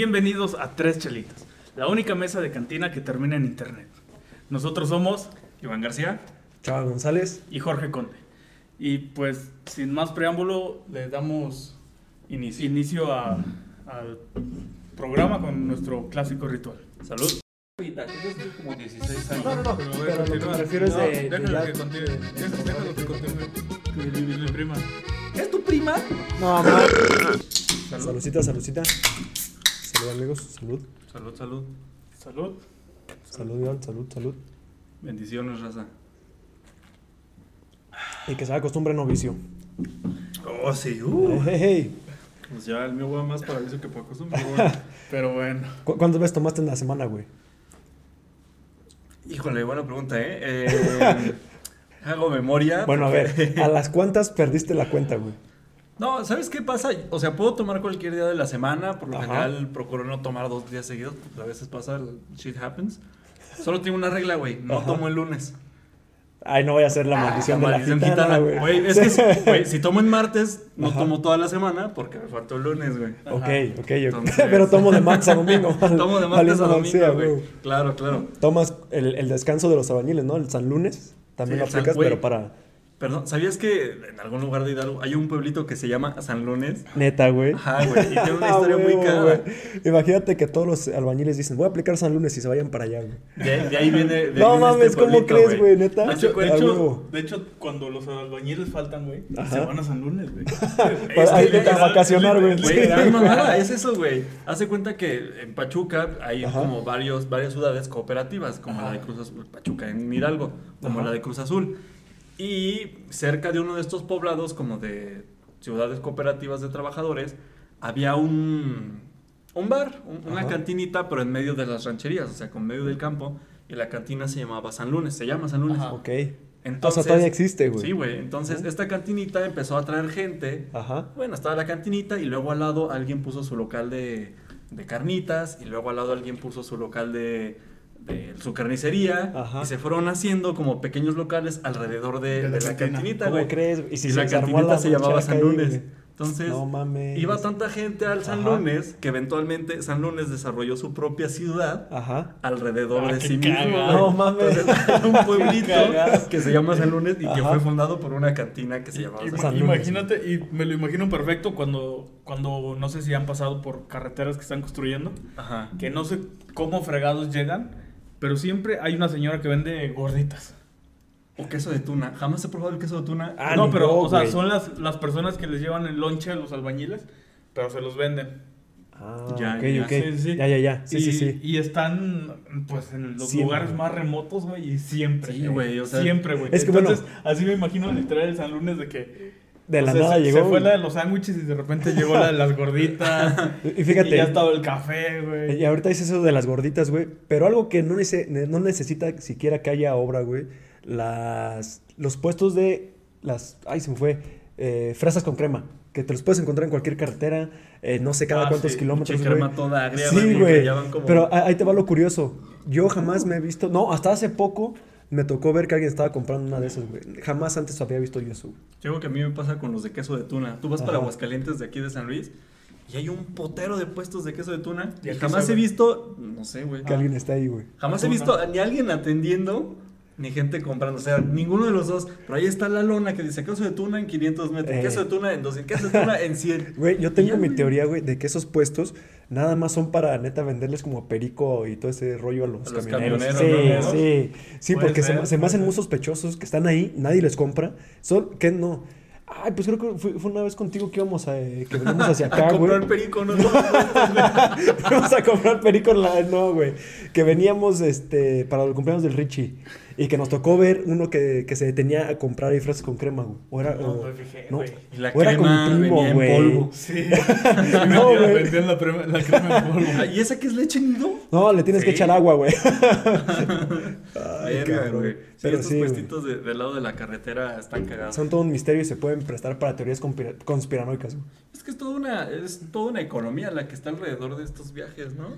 Bienvenidos a Tres Chelitas, la única mesa de cantina que termina en internet. Nosotros somos Iván García. Chava González. y Jorge Conde. Y pues, sin más preámbulo, le damos Inicio. inicio a- al programa con nuestro clásico ritual. Salud. como 16 No, no, no, Pero voy a pero lo que me continuar. refiero es No, de... de déjalo la- que continúe. Déjalo- déjalo que continúe. Mi prima. ¿Es tu prima? No, ma. Salud. Saludcita, saludcita. Salud, amigos. Salud. Salud, salud. Salud. Salud, Iván. Salud, salud. Bendiciones, raza. Y que se haga costumbre no vicio. Oh, sí. uh. Hey, hey, hey. Pues ya el mío va más para eso que para costumbre. güey. Pero bueno, ¿Cu- ¿Cuántas veces tomaste en la semana, güey? Híjole, buena pregunta, ¿eh? Eh, hago memoria. Bueno, a porque- ver, ¿a las cuántas perdiste la cuenta, güey? No, ¿sabes qué pasa? O sea, puedo tomar cualquier día de la semana. Por lo Ajá. general, procuro no tomar dos días seguidos. porque A veces pasa, shit happens. Solo tengo una regla, güey. No Ajá. tomo el lunes. Ay, no voy a hacer la maldición Ah, La de maldición la gitana, gitana. güey. Güey, es que si- güey, si tomo en martes, no Ajá. tomo toda la semana porque me faltó el lunes, güey. Ok, ok, ok. Entonces- Pero tomo de martes a domingo. Tomo de martes Valiendo a mancilla, domingo, güey. Claro, claro. Tomas el, el descanso de los albañiles, ¿no? El San Lunes. También Sí, lo el San- aplicas, güey. pero para... Perdón, ¿sabías que en algún lugar de Hidalgo hay un pueblito que se llama San Lunes? Neta, güey. Ajá, güey, y tiene una Ah, historia muy huevo, cara. güey. Imagínate que todos los albañiles dicen, voy a aplicar San Lunes y se vayan para allá, güey. De, de ahí viene. de ahí No viene mames, este ¿cómo pueblito, crees, güey? Neta. de Haz Hace- hecho, de de cuenta- a hecho- huevo. de hecho, cuando los albañiles faltan, güey, se Ajá. van a San Lunes, güey. Para- ahí literal, te- a vacacionar, güey. Güey, Sí. gran mamada, es eso, güey. Hace cuenta que en Pachuca hay Ajá. como varios, varias ciudades cooperativas, como la de Cruz Azul, Pachuca en Hidalgo, como Ajá. la de Cruz Azul. Y cerca de uno de estos poblados, como de ciudades cooperativas de trabajadores, había un, un bar, un- una Ajá. cantinita, pero en medio de las rancherías, o sea, con medio del campo. Y la cantina se llamaba San Lunes, se llama San Lunes. Ajá. Ok. Entonces, o sea, todavía existe, güey. Sí, güey. Entonces, Ujú. esta cantinita empezó a traer gente. Ajá. Bueno, estaba la cantinita y luego al lado alguien puso su local de, de carnitas y luego al lado alguien puso su local de, de su carnicería Ajá. y se fueron haciendo como pequeños locales alrededor De de, la de la cantina. cantinita, ¿Cómo güey. crees? Y Y, si la se armó cantinita la se llamaba buchaca San ahí, Lunes. güey. Entonces, No mames. iba tanta gente al San Ajá. Lunes que eventualmente San Lunes desarrolló su propia ciudad Ajá. alrededor Ah, de qué sí mismo. cagado. güey. No mames. Entonces, era un pueblito cagado. que se llama San Lunes y que Ajá. fue fundado por una cantina que se llamaba Ima- San San Lunes. imagínate, y me lo imagino perfecto cuando, cuando no sé si han pasado por carreteras que están construyendo, Ajá. que no sé cómo fregados llegan, pero siempre hay una señora que vende gorditas. O queso de tuna. Jamás he probado el queso de tuna. Ah, no, ni pero, yo, o sea, güey. son las, las personas que les llevan el lonche a los albañiles, pero se los venden. Ah, Ya, ok, ya, ok. sí, sí. Ya, ya, ya. Sí, y, sí, sí. Y están, pues, en los Siempre. lugares más remotos, güey, y siempre. Sí, güey, o sea, Siempre, güey. es que, bueno- Entonces, así me imagino literal el San Lunes de que... De o la sea, nada se, llegó. Se fue güey. la de los sándwiches y de repente llegó la de las gorditas. Y fíjate. Y ya estaba el café, Y güey. ahorita dices eso de las gorditas, güey. Pero algo que no, nece- ne- no necesita siquiera que haya obra, güey. Las, los puestos de las... Ay, se me fue. eh, fresas con crema. Que te los puedes encontrar en cualquier carretera. eh, no sé cada Ah, cuántos sí, kilómetros, pinche güey. crema toda agria, sí, güey, que güey. ya van como- Pero a- ahí te va lo curioso. Yo jamás me he visto... No, hasta hace poco me tocó ver que alguien estaba comprando una de esas, güey. Jamás antes había visto yo eso, güey. Yo creo que a mí me pasa con los de queso de tuna. Tú vas para Ajá. Aguascalientes de aquí de San Luis y hay un potero de puestos de queso de tuna. ¿Y Y a qué jamás sabe? he visto, no sé, güey. Que alguien está ahí, güey. Jamás he visto a- ni alguien atendiendo ni gente comprando. O sea, ninguno de los dos. Pero ahí está la lona que dice queso de tuna en 500 metros, Eh. queso de tuna en 200, queso de tuna en 100. Güey, yo tengo Ya, mi güey. teoría, güey, de que esos puestos nada más son para neta venderles como perico y todo ese rollo a los, A los camioneros. Sí, camioneros, ¿no? sí. Sí, Puede porque se, ser, se me puede hacen ser. muy sospechosos que están ahí, nadie les compra. Son, ¿qué no? Ay, pues creo que fue, fue una vez contigo que íbamos a, eh, que venimos hacia A acá, güey. comprar perico, no. no. Vamos a comprar perico en la... No, güey. Que veníamos este, para el cumpleaños del Richie. Y que nos tocó ver uno que, que se detenía a comprar ahí fresas con crema, güey. O era... No, o- me fijé, no. güey. Y la O era con crema mi primo, venía en güey. polvo. Sí. No, vendían, güey. vendían la, prema- la crema en polvo. Ah, ¿Y esa que es leche nido? No, le tienes que Sí. echar agua, güey. Verga, güey. Sí, Pero estos sí, güey. puestitos de- del lado de la carretera están cagados. Son todo un misterio y se pueden prestar para teorías conspira- conspiranoicas. güey. Es que es toda una, es toda una economía la que está alrededor de estos viajes, ¿no?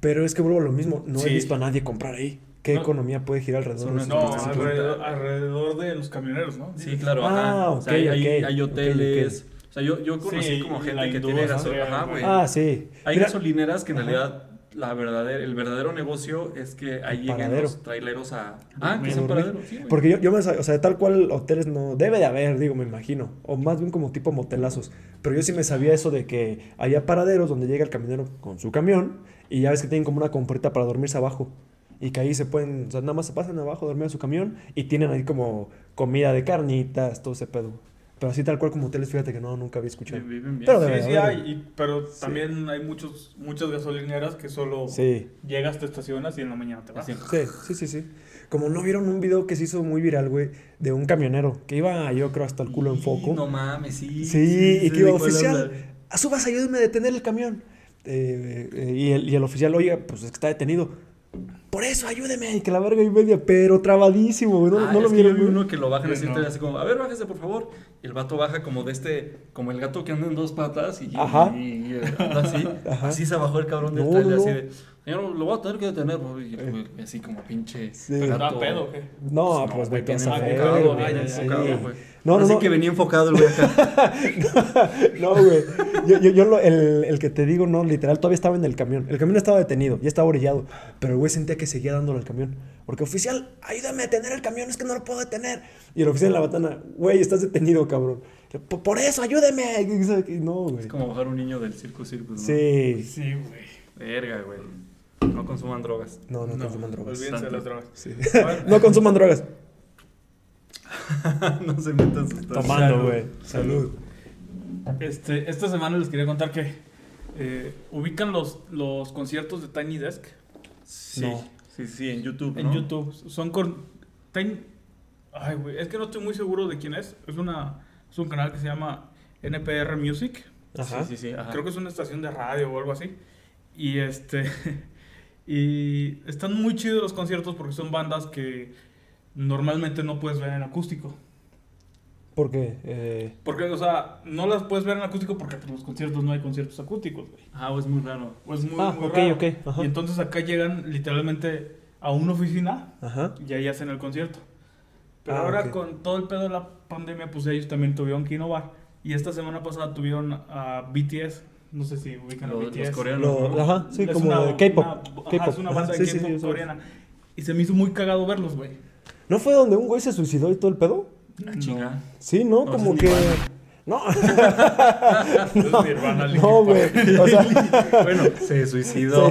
Pero es que vuelvo a lo mismo. No Sí. he visto a nadie comprar ahí. ¿Qué No. economía puede girar alrededor Son de eso? No, Sí, alrededor, alrededor de los camioneros, ¿no? Sí, claro, Ah, ajá. O sea, ok, hay, hay- ok, hay ok, hoteles, O sea, yo, yo conocí Sí, como y gente la que hindú, tiene ajá. gasolina. Ajá, güey. Ah, sí. Hay Mira, gasolineras que en realidad la verdadera, el verdadero negocio es que ahí lleguen Paradero. los traileros a. Ah, que a son dormir. paraderos. Sí, güey. Porque yo, yo me, sa- o sea, tal cual hoteles no debe de haber, digo, me imagino, o más bien como tipo motelazos, pero yo sí me sabía eso de que había paraderos donde llega el camionero con su camión y ya ves que tienen como una compuerta para dormirse abajo y que ahí se pueden, o sea, nada más se pasan abajo a dormir a su camión y tienen ahí como comida de carnitas, todo ese pedo. Pero así tal cual como hoteles, fíjate que no, nunca había Sí, escuchado. viven bien. Pero de Sí, verdad, sí de hay, verdad. y- pero también hay muchos, muchas gasolineras que solo Sí. llegas, te estacionas y en la mañana te vas. Así. Sí, sí, sí, sí. Como no vieron un video que se hizo muy viral, güey, de un camionero que iba, yo creo, hasta el culo en foco. No mames, sí. Sí, y sé que iba de cuál hablas. oficial, a subas, ayúdeme a detener el camión. Eh, eh, y, el, y el oficial, oiga, pues es que está detenido. Por eso, ayúdeme, y que la verga y media, pero trabadísimo, güey. No, Ah, no lo es que yo vieron, vi güey. uno que lo bajan Yo así, no. todavía así como, a ver, bájese por favor. Y el vato baja como de este, como el gato que anda en dos patas y, Ajá. y, y- eh, anda así. Ajá. Así se bajó el cabrón del No, trailer, no, así no. de, señor, lo voy a tener que detener. güey". Y el güey así como pinche Sí. ¿Pero gato. da pedo o qué? No, pues, güey, te vas bien a enfocado, ver, bien güey, sí. enfocado, No, no, Así no. Pues que venía enfocado el güey acá. No, güey. Yo, yo, yo lo- el, el que te digo, no, literal, todavía estaba en el camión. El camión estaba detenido, ya estaba orillado. Pero el güey sentía que seguía dándole al camión. Porque, oficial, ayúdame a detener el camión, es que no lo puedo detener. Y el oficial en la batana, güey, estás detenido, cabrón. Por por eso, ayúdeme. Y sabe que- No, güey. Es como bajar un niño del circo circo. ¿no? Sí. Sí, güey. Verga, güey. No consuman drogas. No, no, consuman drogas. Olvídense de Santo. las drogas. Sí. Bueno. no consuman drogas. no se metan sus Tomando, güey. Salud. Este, esta semana les quería contar que eh, ubican los, los conciertos de Tiny Desk Sí, No. sí, sí, en YouTube, en ¿no? YouTube. Son con Tiny... Ay, güey, es que no estoy muy seguro de quién es. Es, una, es un canal que se llama NPR Music. Ajá. Sí, sí, sí. Ajá. Creo que es una estación de radio o algo así. Y este. Y están muy chidos los conciertos porque son bandas que normalmente no puedes ver en acústico. Porque, eh, Porque, o sea, no las puedes ver en acústico porque en los conciertos no hay conciertos acústicos, güey. Ah, güey, es muy raro. O es muy, Ah, muy ok, raro. ok, ajá. Y entonces acá llegan literalmente a una oficina ajá. y ahí hacen el concierto. Pero Ah, ahora ok. con todo el pedo de la pandemia, pues ellos también tuvieron que innovar. Y esta semana pasada tuvieron a BTS. No sé si ubican a Los- BTS. los coreanos, Lo- ¿no? ajá, Ah, sí, Es como una- de K-pop. una- ajá, K-pop. Es una Ajá, banda sí, de sí, K-pop sí, eso. coreana. Y se me hizo muy cagado verlos, güey. ¿No fue donde un güey se suicidó y todo el pedo? Ah, chinga. Sí, ¿no? No, como ese que. es No, Es Nirvana, Linkin no, Park. güey. O sea, Bueno, se suicidó.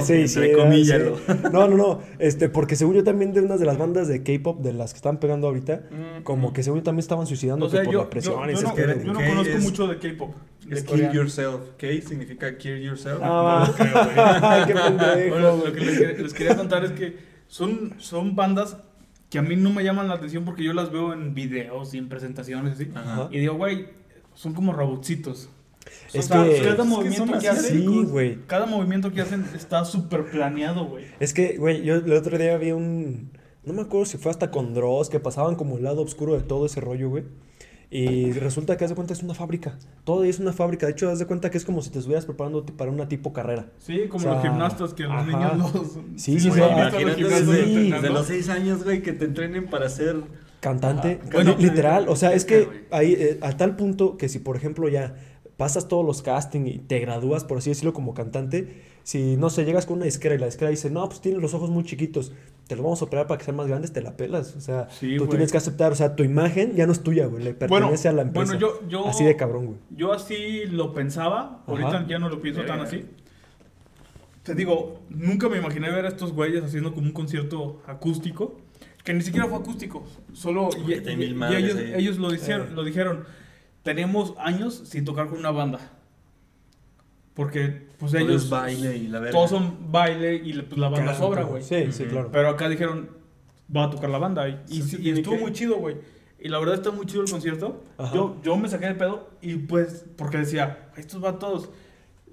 sí, sí, sí, entre era, comillas. sí. lo- No, no, no. Este, porque según yo también de unas de las bandas de K-pop, de las que están pegando ahorita, Mm, como que según yo también estaban suicidando O sea, por yo, la presión yo- y yo esas no, cosas, yo no K conozco es- mucho de K-pop. de Es kill coreano. yourself. K significa kill yourself. Ah, No creo, güey. Qué pendejo, Bueno, güey. lo que les, les quería contar es que son, son bandas que a mí no me llaman la atención porque yo las veo en videos y en presentaciones así. Ajá. Y digo, güey, son como robotcitos. Es o sea, que- cada es que movimiento son que, así, hacen, sí, güey. cada movimiento que hacen está súper planeado, güey. Es que, güey, yo el otro día vi un. No me acuerdo si fue hasta con Dross, que pasaban como el lado oscuro de todo ese rollo, güey. Y resulta que haz de cuenta es una fábrica. Todo ahí es una fábrica. De hecho, haz de cuenta que es como si te estuvieras preparando para una tipo carrera. Sí, como O sea, los gimnastas que los ajá. niños los. Sí, sí, los sí, Güey, gimnastas, los imagínate gimnastas desde, Pues, sí. entrenando. desde los 6 años, güey, que te entrenen para ser. Cantante. Ah, bueno, cantante. literal. O sea, es que Güey. ahí, eh, a tal punto que si, por ejemplo, ya pasas todos los casting y te gradúas, por así decirlo, como cantante, si no sé, llegas con una disquera y la disquera dice, no, pues tienes los ojos muy chiquitos, te los vamos a operar para que sean más grandes, te la pelas. O sea, Sí, tú güey. tienes que aceptar, o sea, tu imagen ya no es tuya, güey, le Bueno, pertenece a la empresa. bueno, yo- yo- Así de cabrón, güey. Yo así lo pensaba, ahorita Ajá. ya no lo pienso tan Verga. así. Te digo, nunca me imaginé ver a estos güeyes haciendo como un concierto acústico, que ni siquiera fue acústico, solo y, Porque te hay mil y- y madres ellos, ahí. ellos lo dijeron, Eh. lo dijeron. Tenemos años sin tocar con una banda. Porque pues todo ellos es baile y la verga. todos son baile y pues, la banda Claro, sobra, güey. Sí, sí, Ujú. claro. Pero acá dijeron, va a tocar la banda. Y, y sí, Sí, sí, y tiene estuvo que- muy chido, güey. Y la verdad está muy chido el concierto. Ajá. Yo, yo me saqué de pedo y pues, porque decía, estos vatos,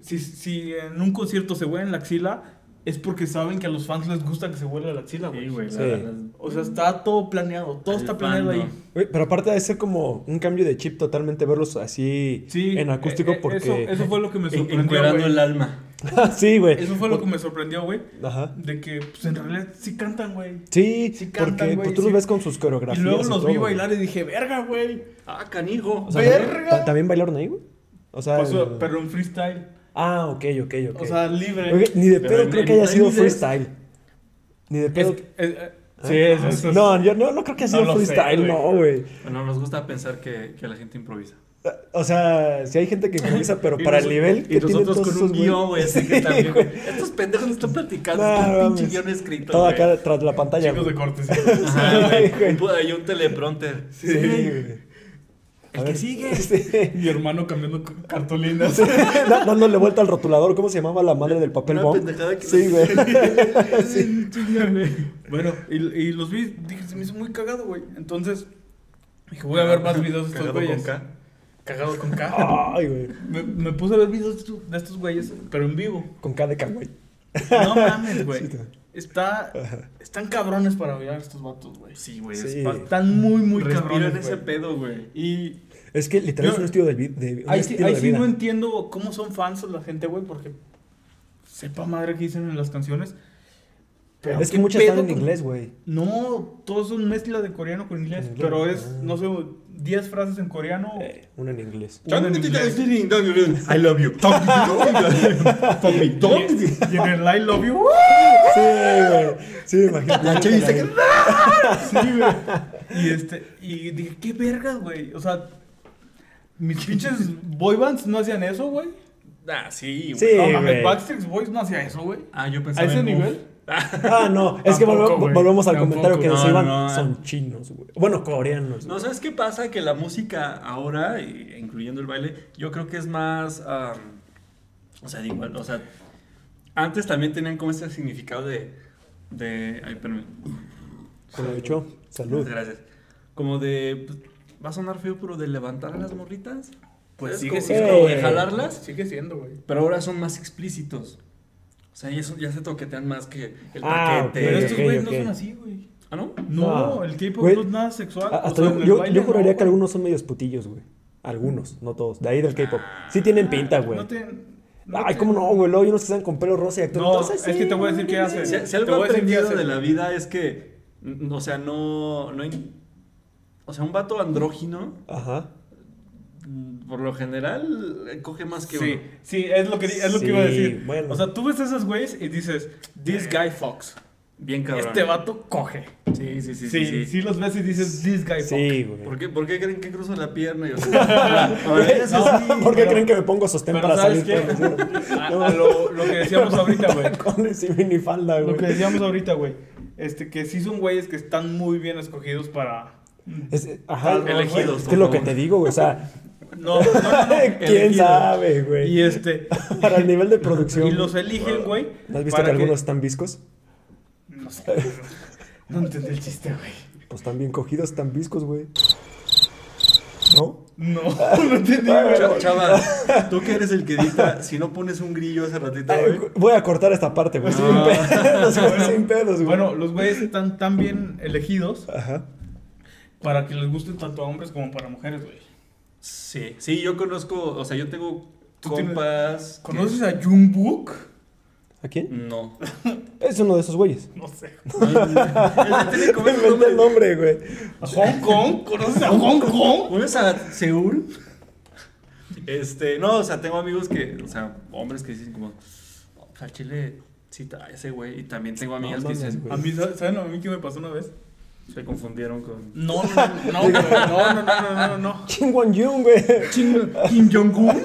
si, si en un concierto se huelen la axila, es porque saben que a los fans les gusta que se huela la axila, Sí, güey. güey. la- Sí. la- o sea, está todo planeado, todo Al está planeado bando. ahí. Güey, pero aparte de ser como un cambio de chip totalmente verlos así Sí, en acústico eh, eh, porque... Eso, eso fue lo que me en- sorprendió, Encuerando güey. el alma. sí, güey. Eso fue lo que me sorprendió, güey. Ajá. De que, pues, en realidad sí cantan, güey. Sí, Sí cantan, porque güey, pues, tú los sí. ves con sus Y coreografías. luego los todo, vi güey. bailar y dije, verga, güey. Ah, canijo. O sea, ¡Verga! ¿ta- ¿También bailaron ahí, güey? O sea, Pues, el- pero en freestyle. Ah, ok, ok, ok. O sea, libre. Oye, ni de Pero pedo en- creo en que haya sido timeless- freestyle. Ni de Es- pedo. es- eh, Ah, sí, es- es- es- no, yo no, no creo que haya sido lo sé, freestyle, güey. no, güey. Bueno, nos gusta pensar que, que la gente improvisa. O sea, si hay gente que improvisa, pero Y para el nos- nivel Y que tienen nosotros todos con un esos guión, güey, así que Sí, también. güey. Estos pendejos no están platicando, No, está un pinche mames. guión escrito. Todo güey. acá tras la pantalla. chingos de güey. cortes. Ajá, Sí, güey. güey. Un- Hay un teleprompter. Sí, güey. El A que ver. sigue. Sí. Mi hermano cambiando c- cartulinas. Da- Dándole vuelta al rotulador, ¿cómo se llamaba la madre del papel Una bomb? pendejada que- Sí, güey. bueno, y, y los vi, dije, se me hizo muy cagado, güey. Entonces, dije, voy a ver más videos de estos Cagado con güeyes. K. Cagado con K. Ay, güey. me, me puse a ver videos de estos- de estos güeyes, pero en vivo. Con K de K, güey. No mames, güey. Sí, te- Está, están cabrones para bailar estos vatos, güey. Sí, güey. Sí. es pa- Están muy, muy Respiran cabrones. ese güey. pedo, güey. Y Es que literal Yo- es un estilo de, vi- de, un ahí sí, estilo ahí de sí vida. no entiendo cómo son fans la gente, güey, porque sepa madre qué dicen en las canciones. Pero es que qué muchas pedo están en con- inglés, güey. No, todo es una mezcla de coreano con inglés, Con inglés. pero es, Ah. no sé, 10 frases en coreano. Eh, una en inglés. una en inglés. I love you. Fuck you. Fuck me. Don't. Y en el I love you. Sí, güey. Sí, me imagino. La que dice que- Sí, güey. Y este, y dije, qué vergas, güey. O sea, mis pinches boy bands no hacían eso, güey. Ah, sí, güey. Sí, No mames, güey. Backstreet Boys no hacía eso, güey. Ah, yo A pensaba. ese en Move. nivel. Ah, no. Es que Tampoco, volve- güey. volvemos al Tampoco. comentario que nos No, iban. no, no. Son chinos, güey. Bueno, coreanos. No, güey. ¿sabes qué pasa? Que la música ahora, y- incluyendo el baile, yo creo que es más. am, o sea, digo, o sea. Antes también tenían como este significado de. de ay, espérame. Se lo echó. Salud. Muchas gracias. Como de. pues, va a sonar feo, pero de levantar a las morritas. Pues Pues sigue sí, siendo güey. de jalarlas. Sigue siendo, güey. Pero ahora son más explícitos. O sea, ya, son- ya se toquetean más que el Ah, paquete. Pero ok, estos ok. güeyes no son así, güey. Ah, ¿no? No, Ah. el K-pop Güey, no es nada sexual. Ah, o Hasta sea, en yo, el yo- baile yo juraría no, que güey. algunos son medios putillos, güey. Algunos, no todos. De ahí del K-pop. Sí tienen pinta, güey. No te, Ay, te- ¿cómo no, güey? Luego hay unos que están con pelo rosa y actúan. No, "Entonces, es sí, que te voy a decir qué güey". hacen. Si, si Te algo voy he a decir qué aprendido hacer. de la vida es que, n- o sea, no, no hay- o sea, un vato andrógino, Ajá. mm, por lo general, eh, coge más que Sí, uno. sí, es lo que, di- es lo que Sí, iba a decir. bueno. O sea, tú ves a esos güeyes y dices, This guy fucks. Bien cabrón. Este vato coge. Sí, sí, Sí, sí, sí. sí, sí. los ves y dices, This guy Sí, fucks. güey. ¿Por, qué, ¿Por qué creen que cruzo la pierna? Y, o sea, ahora Güey, es no, así. ¿Por qué pero- creen que me pongo sostén Pero para ¿sabes salir? qué? A, a lo, lo que decíamos ahorita, güey. Tacones y minifalda, Lo que güey. decíamos ahorita, güey. Este, que sí son güeyes que están muy bien escogidos para... Es, ajá, Tal- elegidos, Es por que es lo que favor. te digo, güey. O sea, No, no, no, no. quién sabe, güey. Y este... Para el nivel de producción. Y los eligen, güey. ¿No ¿Has visto que, para algunos están viscos? No sé. No entendí el chiste, güey. Pues están bien cogidos, están viscos, güey. ¿No? No, no entendí, güey. Cha- Chava, tú que eres el que edita, si no pones un grillo hace ratito, Ay, güey. güey, voy a cortar esta parte, güey. Sin No. pedos, güey. Sin pedos, güey. Ah. Bueno, los güeyes están tan bien elegidos Ajá. para que les gusten tanto a hombres como para mujeres, güey. Sí, sí, yo conozco, o sea, yo tengo ¿Tú tienes- compas. que- ¿Conoces a Jungkook? ¿A quién? No. Es uno de esos güeyes. No sé. Me inventé el nombre, güey. ¿A Hong Kong? ¿Conoces a Hong Kong? ¿Uno es a Seúl? Este, no, o sea, tengo amigos que, o sea, hombres que dicen como, "Oh, pues al chile, sí, trae ese güey. Y también tengo amigas No que mames, dicen, güey. A mí, ¿saben a mí qué me pasó una vez? se confundieron con. No, no, no, no, güey, no, no, no, no, no, no. Kim Won Jung, güey. Kim, Kim Jong-un.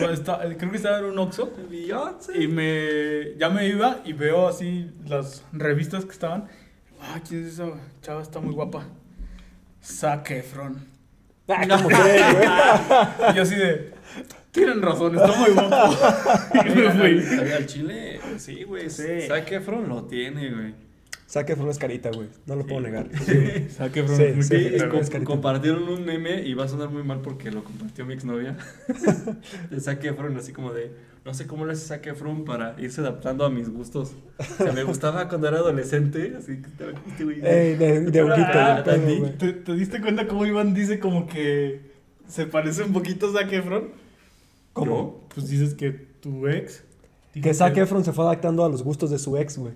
Pues está- creo que estaba en un Oxxo Beyoncé. Y me, ya me iba y veo así las revistas que estaban. Ah, ¿quién es esa chava? Está muy guapa. Zac Efron. Ah, ¿cómo crees, güey? Y yo así de, tienen razón, está muy guapo. Y me fui. Al, al chile, sí, güey. Sí. Zac Efron lo tiene, güey. Saque Efron es carita, güey. No lo puedo negar. Zac Efron Sí, es muy sí, Sí, claro. com- es carita. compartieron un meme y va a sonar muy mal porque lo compartió mi exnovia. de Zac Efron, así como de, no sé cómo le hace Zac Efron para irse adaptando a mis gustos. Que me gustaba cuando era adolescente, así que estaba con este güey. Ey, Eh, de, de ojito, de Ah, pedo, Andy. güey. ¿Te, te diste cuenta cómo Iván dice como que se parece un poquito a Zac Efron? ¿Cómo? Pues dices que tu ex. dijo Que Zac Efron se fue adaptando a los gustos de su ex, güey.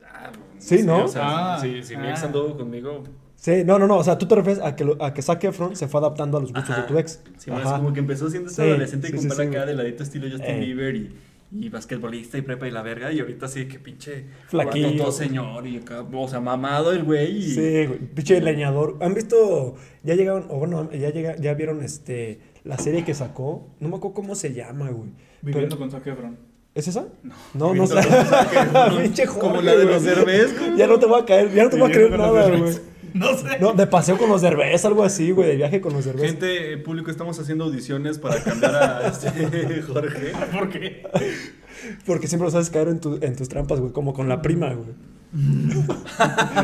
Ah, Sí, ¿no? o sea, Ah, si, si mi ex ah. anduvo conmigo, Sí, no, no, no. O sea, tú te refieres a que, lo- a que Zac Efron se fue adaptando a los gustos Ajá. de tu ex. Sí, bueno, es Ajá. como que empezó siendo este Sí, adolescente sí, con sí, pelo sí, acá güey. de ladito estilo Justin Eh. Bieber y, y basquetbolista y prepa y la verga. Y ahorita sí, que pinche Flaquillo. guapo, todo señor y acá, o sea, mamado el güey. Y, Sí, güey. Pinche leñador. ¿Han visto? Ya llegaron, o bueno, ya, llega, ya vieron este, la serie que sacó. No me acuerdo cómo se llama, güey. Viviendo Pero- con Zac Efron. ¿Es esa? No, no, Viviendo sé. con Zac Efron. Pinche Como Jorge, la de los güey. Derbez. güey. Ya no te voy a caer, ya no te voy a creer Viviendo con los nada, güey. Derbez. No sé. No, de paseo con los derbés, algo así, güey, de viaje con los derbés. Gente, eh, público, estamos haciendo audiciones para cambiar a este Jorge. ¿Por qué? Porque siempre los haces caer en, tu- en tus trampas, güey, como con la prima, güey.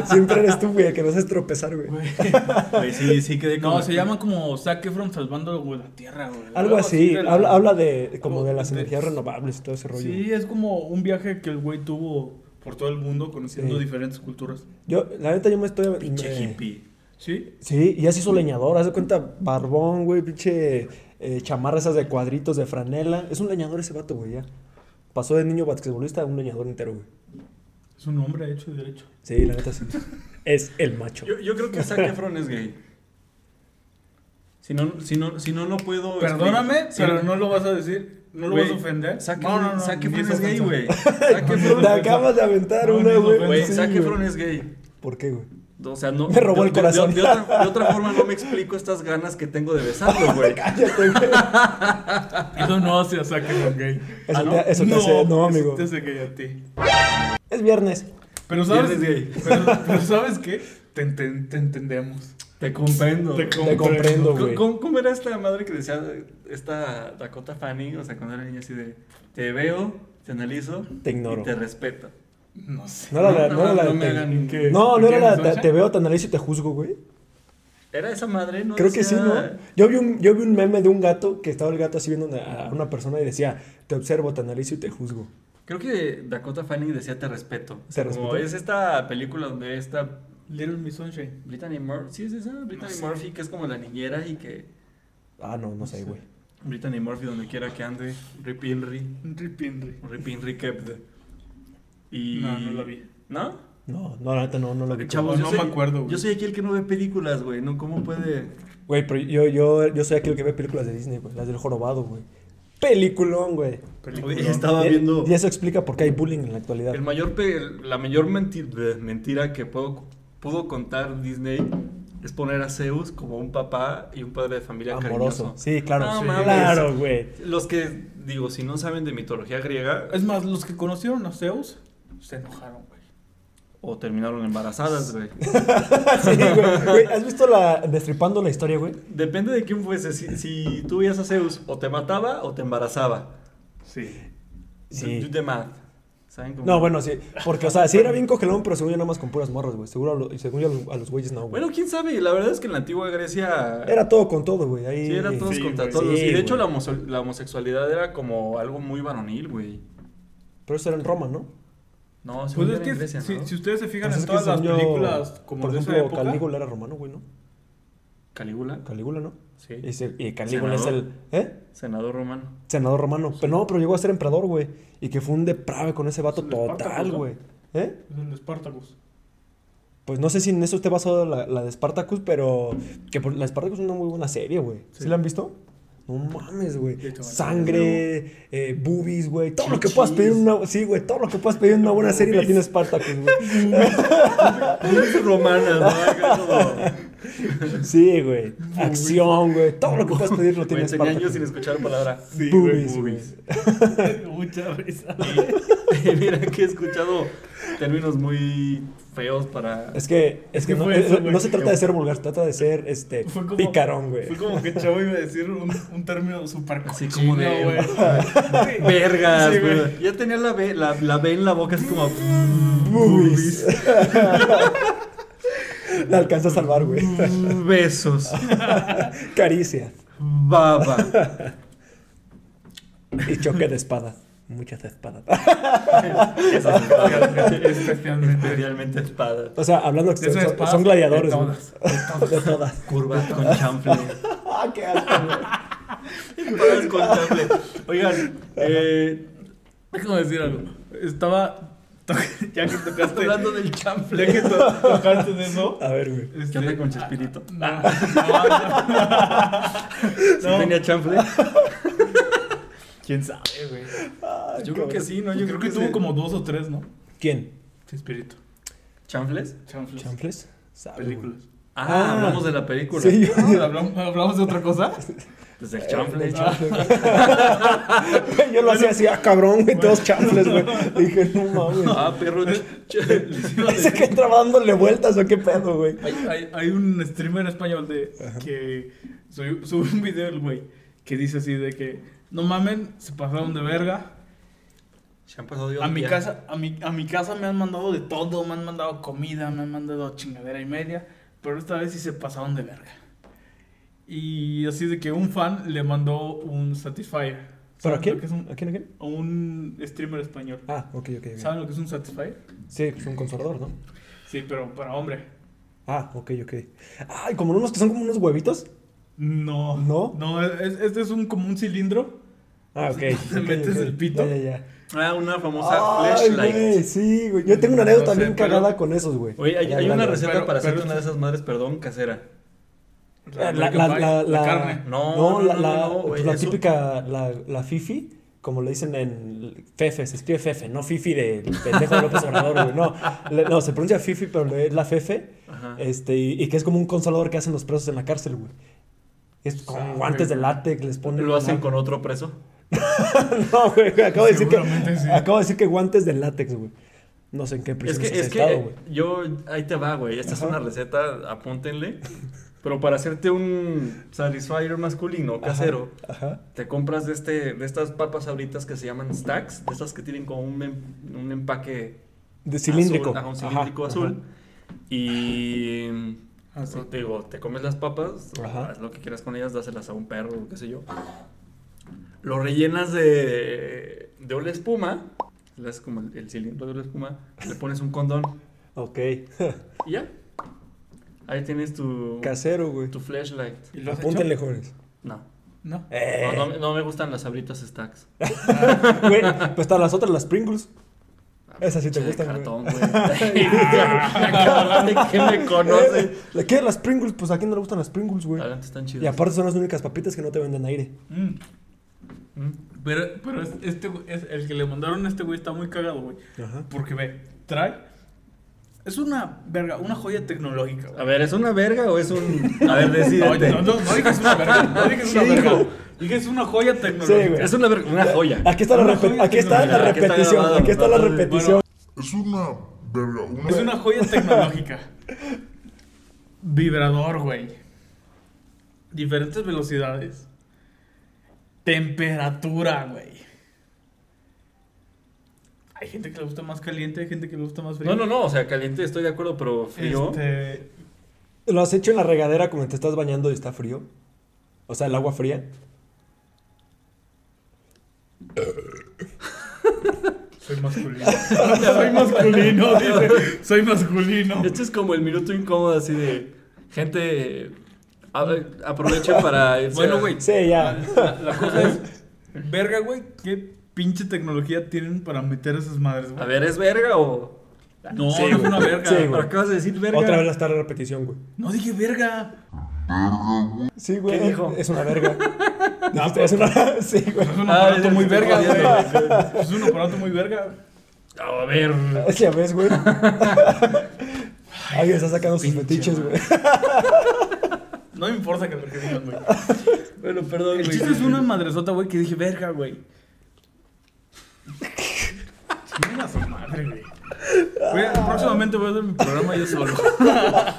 siempre eres tú, güey, el que nos haces tropezar, güey. Güey, sí, sí quedé como- No, se llama como Zac Efron salvando güey, la tierra, güey. Algo así, de la- habla, habla de como de como las de- energías renovables y todo ese rollo. Sí, es como un viaje que el güey tuvo por todo el mundo conociendo Sí. diferentes culturas. Yo, la neta, yo me estoy... Pinche me- hippie. ¿Sí? Sí, y ya se hizo leñador, haz de cuenta, barbón, güey, pinche eh, chamarra esas de cuadritos, de franela. Es un leñador ese vato, güey, ya. Pasó de niño basquetbolista a un leñador entero, güey. Es un hombre hecho y derecho. Sí, la neta, sí. es el macho. Yo, yo creo que Zac Efron es gay. Si no, si no, si no, no puedo. Perdóname, si pero no lo vas a decir, no lo Güey, vas a ofender. Zac no, Efron- no, no. Zac ni Efron es es gay, ofensa. güey. Zac Efron- Te acabas de aventar No, una, no, güey. Güey, Sí, Zac güey. Efron es gay. ¿Por qué, güey? O sea, no. Me robó el de- de- corazón. De, de otra, de otra forma, no me explico estas ganas que tengo de besarlo, güey. Cállate, güey. Eso no hace a Zac Efron gay. Eso, Ah, ¿no? te, eso te hace- no, amigo. Eso te hace gay a ti. Es viernes. Pero sabes, Eres gay. Pero, pero ¿sabes qué? Te, enten- te entendemos. Te comprendo. Te Te comprendo, ¿Cómo, güey. cómo- cómo era esta madre que decía esta Dakota Fanning? O sea, cuando era niña así de. Te veo, te analizo. Te ignoro. Y te respeto. No sé. No era la, no, No, era la no de me te- hagan que- No, no era la de ¿Quieres, te, te veo, te analizo y te juzgo, güey. ¿Era esa madre? No Creo que sí, decía- ¿no? Yo vi, un, yo vi un meme de un gato que estaba el gato así viendo una- a una persona y decía, te observo, te analizo y te juzgo. Creo que Dakota Fanning decía Te respeto. ¿Te como respeto? es esta película donde esta Little Miss Sunshine. Brittany Murphy, sí es esa, Brittany sé. Murphy que es como la niñera y que Ah, no, no sé, güey. Brittany Murphy donde quiera que ande, Rip Henry, Rip Henry. Rip Henry kept. Y No, no la vi. ¿No? No, no, la neta no, no lo vi. Chavos, No, yo no soy- me acuerdo, güey. Yo soy aquí el que no ve películas, güey, no cómo puede Güey, pero yo, yo, yo soy aquel que ve películas de Disney, güey. Las del jorobado, güey. Peliculón, güey. Oye, Película. estaba Y- viendo Y eso explica por qué hay bullying en la actualidad. el mayor pe- el- la mayor menti- bleh, mentira que puedo pudo contar Disney es poner a Zeus como un papá y un padre de familia Amoroso. cariñoso. Sí, claro. No Sí. mames. Claro, güey. Los que, digo, si no saben de mitología griega, Es más, los que conocieron a Zeus se enojaron, güey. o terminaron embarazadas, güey. Sí, güey. Güey, ¿Has visto la destripando la historia, güey? Depende de quién fuese. Si, si tú veías a Zeus, o te mataba o te embarazaba. Sí. Sí. You the math. ¿Saben cómo? No, bueno, sí. Porque, o sea, sí era bien cogelón, pero según yo nada más con puras morras, güey. Seguro a, lo- y según yo a los, a los güeyes no, güey. Bueno, quién sabe. La verdad es que en la antigua Grecia. Era todo con todo, güey. Ahí... Sí, era todos Sí, contra güey. todos. Sí, y de hecho, güey. la, homoso- la homosexualidad era como algo muy varonil, güey. Pero eso era en Roma, ¿no? No, se Pues era es en que Grecia, si, ¿no? si ustedes se fijan Pues en es que todas las según yo, películas como Por de ejemplo, esa época, Calígula era romano, güey, ¿no? Calígula. Calígula, ¿no? Sí. Y, se- y Calígula Senador. es el... ¿Eh? Senador romano. Senador romano. Pero no, pero llegó a ser emperador, güey. Y que fue un deprave con ese vato Es el Espartaco, total, ¿no? güey. ¿Eh? es el de Spartacus. Pues no sé si en eso esté basada la, la de Spartacus, pero que por- la Spartacus es una muy buena serie, güey. ¿Sí, la han visto? No mames, güey. De hecho, Sangre, eh, boobies, güey. Todo lo que Chichis. puedas pedir en una... Sí, güey. Todo lo que puedas pedir en una buena serie la tiene Spartacus, güey. Ah, romana, ¿no? Acá como- Sí, güey. Acción, güey. Todo lo que puedas pedir lo Güey, tiene tenía Spartacus. años sin escuchar la palabra. Boobies, güey, güey. boobies. Mucha risa. Y Mira que he escuchado términos muy feos para... Es que, es que, que no, fue eso, eh, güey. no se trata de ser vulgar, se trata de ser este Fue como- picarón, güey. Fue como que Chavo iba a decir un, un término súper Así cochino, como de- güey. Sí. Vergas, Sí, güey. güey. Ya tenía la B, la, la B en la boca, así como... "Mm, Boobies. La alcanza a salvar, güey. Besos. Caricia Baba. y choque de espada. Muchas espadas. Ah, Especialmente. Especialmente. Especialmente espada. O sea, hablando que Es una son, espada son gladiadores. de güey. todas, De todas. Curvas con chanfle. Ah, qué asco, güey. Espadas con chanfle. Oigan, eh, Déjame decir algo. Estaba to- ya que tocaste, Hablando del chample. ya que to- tocaste de eso. A ver, güey. este, ¿Qué onda con Chespirito? No, no, no. ¿Sí No, tenía chample? ¿Quién sabe, güey? Ay, Yo creo cabrón. que sí, ¿no? Yo creo que sí. tuvo como dos o tres, ¿no? ¿Quién? Chespirito. ¿Chanfles? Chanfles. ¿Chanfles? Sabe, güey. Películas. Ah, Ah. hablamos de la película. Sí, yo- No, ¿Hablamos, hablamos de otra cosa? Pues del chanfle. El chanfle, güey. Eh, Yo lo hacía así, ah, cabrón, güey, todos chanfles, güey. Dije, no mames. Ah, perro. ch- ch- Ese que entraba dándole vueltas, o qué pedo, güey. Hay, hay- hay un streamer español de que subió, subió un video el güey que dice así de que no mamen, se pasaron de verga. Se han pasado de A mi olla. casa, a mi, a mi casa me han mandado de todo, me han mandado comida, me han mandado chingadera y media, pero esta vez sí se pasaron de verga. Y así de que un fan le mandó un Satisfyer. ¿Pero ¿Saben a lo quién? que es un- ¿A quién? ¿A quién? a un streamer español. Ah, ok, ok, ok. ¿Saben lo que es un Satisfyer? Sí, pues un consolador, ¿no? Sí, pero para hombre. Ah, ok, ok. Ay, como unos que son como unos huevitos. No. ¿No? No, es- este es un como un cilindro. Ah, ok. Te ok, metes ok. el pito. Ya, ya, ya. Ah, una famosa Ay, güey, flashlight. sí, güey. Yo tengo una anécdota No sé, bien pero- cagada con esos, güey. Oye, hay, Ya, hay una dale. receta Pero- para hacerte pero- una de esas madres, perdón, casera. Eh, La, la, la, la, la- carne. No, no, no, la, no, la, pues, no, güey, la eso- típica, la, la fifi, como le dicen en Fefe, se escribe Fefe, no fifi de pendejo de López Obrador, güey, no, Le- no, se pronuncia fifi, pero le- es la Fefe, Ajá. este, y, y que es como un consolador que hacen los presos en la cárcel, güey. Es con Sabe, guantes de güey. látex, les ponen... Ah, Lo hacen con otro preso. No, güey, güey, acabo de decir que, Seguramente sí. acabo de decir que guantes de látex, güey. No sé en qué Es prisión que, eh, has es estado, que güey. yo, ahí te va, güey. Esta es una receta, apúntenle. Pero para hacerte un satisfier masculino, casero, Ajá. te compras de, este, de estas papas ahoritas que se llaman stacks, de estas que tienen como un, em- un empaque De cilíndrico. azul, ajá, un cilíndrico Ajá, azul. Y Ah, sí. te digo, te comes las papas, o Ajá. haz lo que quieras con ellas, dáselas a un perro, qué sé yo. Lo rellenas de, de una espuma, le haces como el, el cilindro de una espuma, le pones un condón ajá. Ok. y ya. Ahí tienes tu, Casero, güey. tu flashlight. ¿Y lo has hecho? Apúntenle, jóvenes. No, No. Eh. no, no, me- no me gustan las abritas stacks. Güey, pues están las otras, las Pringles. Esas sí te Che, gustan, güey. cartón, güey. Cabrón, ¿de qué me conoce? ¿La qué? Las Pringles, pues a quién no le gustan las Pringles, güey. Adelante, están chidas. Y aparte son las únicas papitas que no te venden aire. Mm. Mm. Pero, pero es- este, güey- es- el que le mandaron a este güey está muy cagado, güey. Ajá. Porque ve, trae. Es una verga, una joya tecnológica, A güey. ver, ¿es una verga o es un.? A ver, No, decídete. no, no, no digas una verga, no digas una Sí, verga. hijo. Dije es una joya tecnológica. Sí, güey. Es una verga, una joya. Aquí está la, Una repe- joya aquí está la tecnológica, aquí está repetición, grabado, aquí está la grabado. repetición. Es una verga, una Es una joya tecnológica. Vibrador, güey. Diferentes velocidades. Temperatura, güey. Hay gente que le gusta más caliente, hay gente que le gusta más frío. No, no, no, o sea, caliente estoy de acuerdo, pero frío. Este, ¿Lo has hecho en la regadera como te estás bañando y está frío? O sea, el agua fría. soy masculino. soy masculino, dice. Soy masculino. Este es como el minuto incómodo, así de. Gente, a- aprovechen para. irse Bueno, a- güey. Sí, ya. La, la cosa es, verga, güey, qué pinche tecnología tienen para meter esas madres, A güey. ver, ¿es verga o.? No, Sí, no es güey. una verga. Sí, güey. Pero acabas de decir verga. Otra vez está la repetición, güey. No dije verga. Sí, güey. ¿Qué dijo? Es una verga. Dijiste, pues, es una. Sí, güey. Es un Ah, aparato es- muy estoy verga, jodiendo, güey. Es un aparato muy verga. A ver. Ya ves, güey. Alguien está sacando sus fetiches, güey. No me importa que lo que digan, güey. Bueno, perdón, El chiste es una madresota, güey, que dije, verga, güey. Chinga su madre, güey. Güey, Ah. próximamente voy a hacer mi programa yo solo. Ah,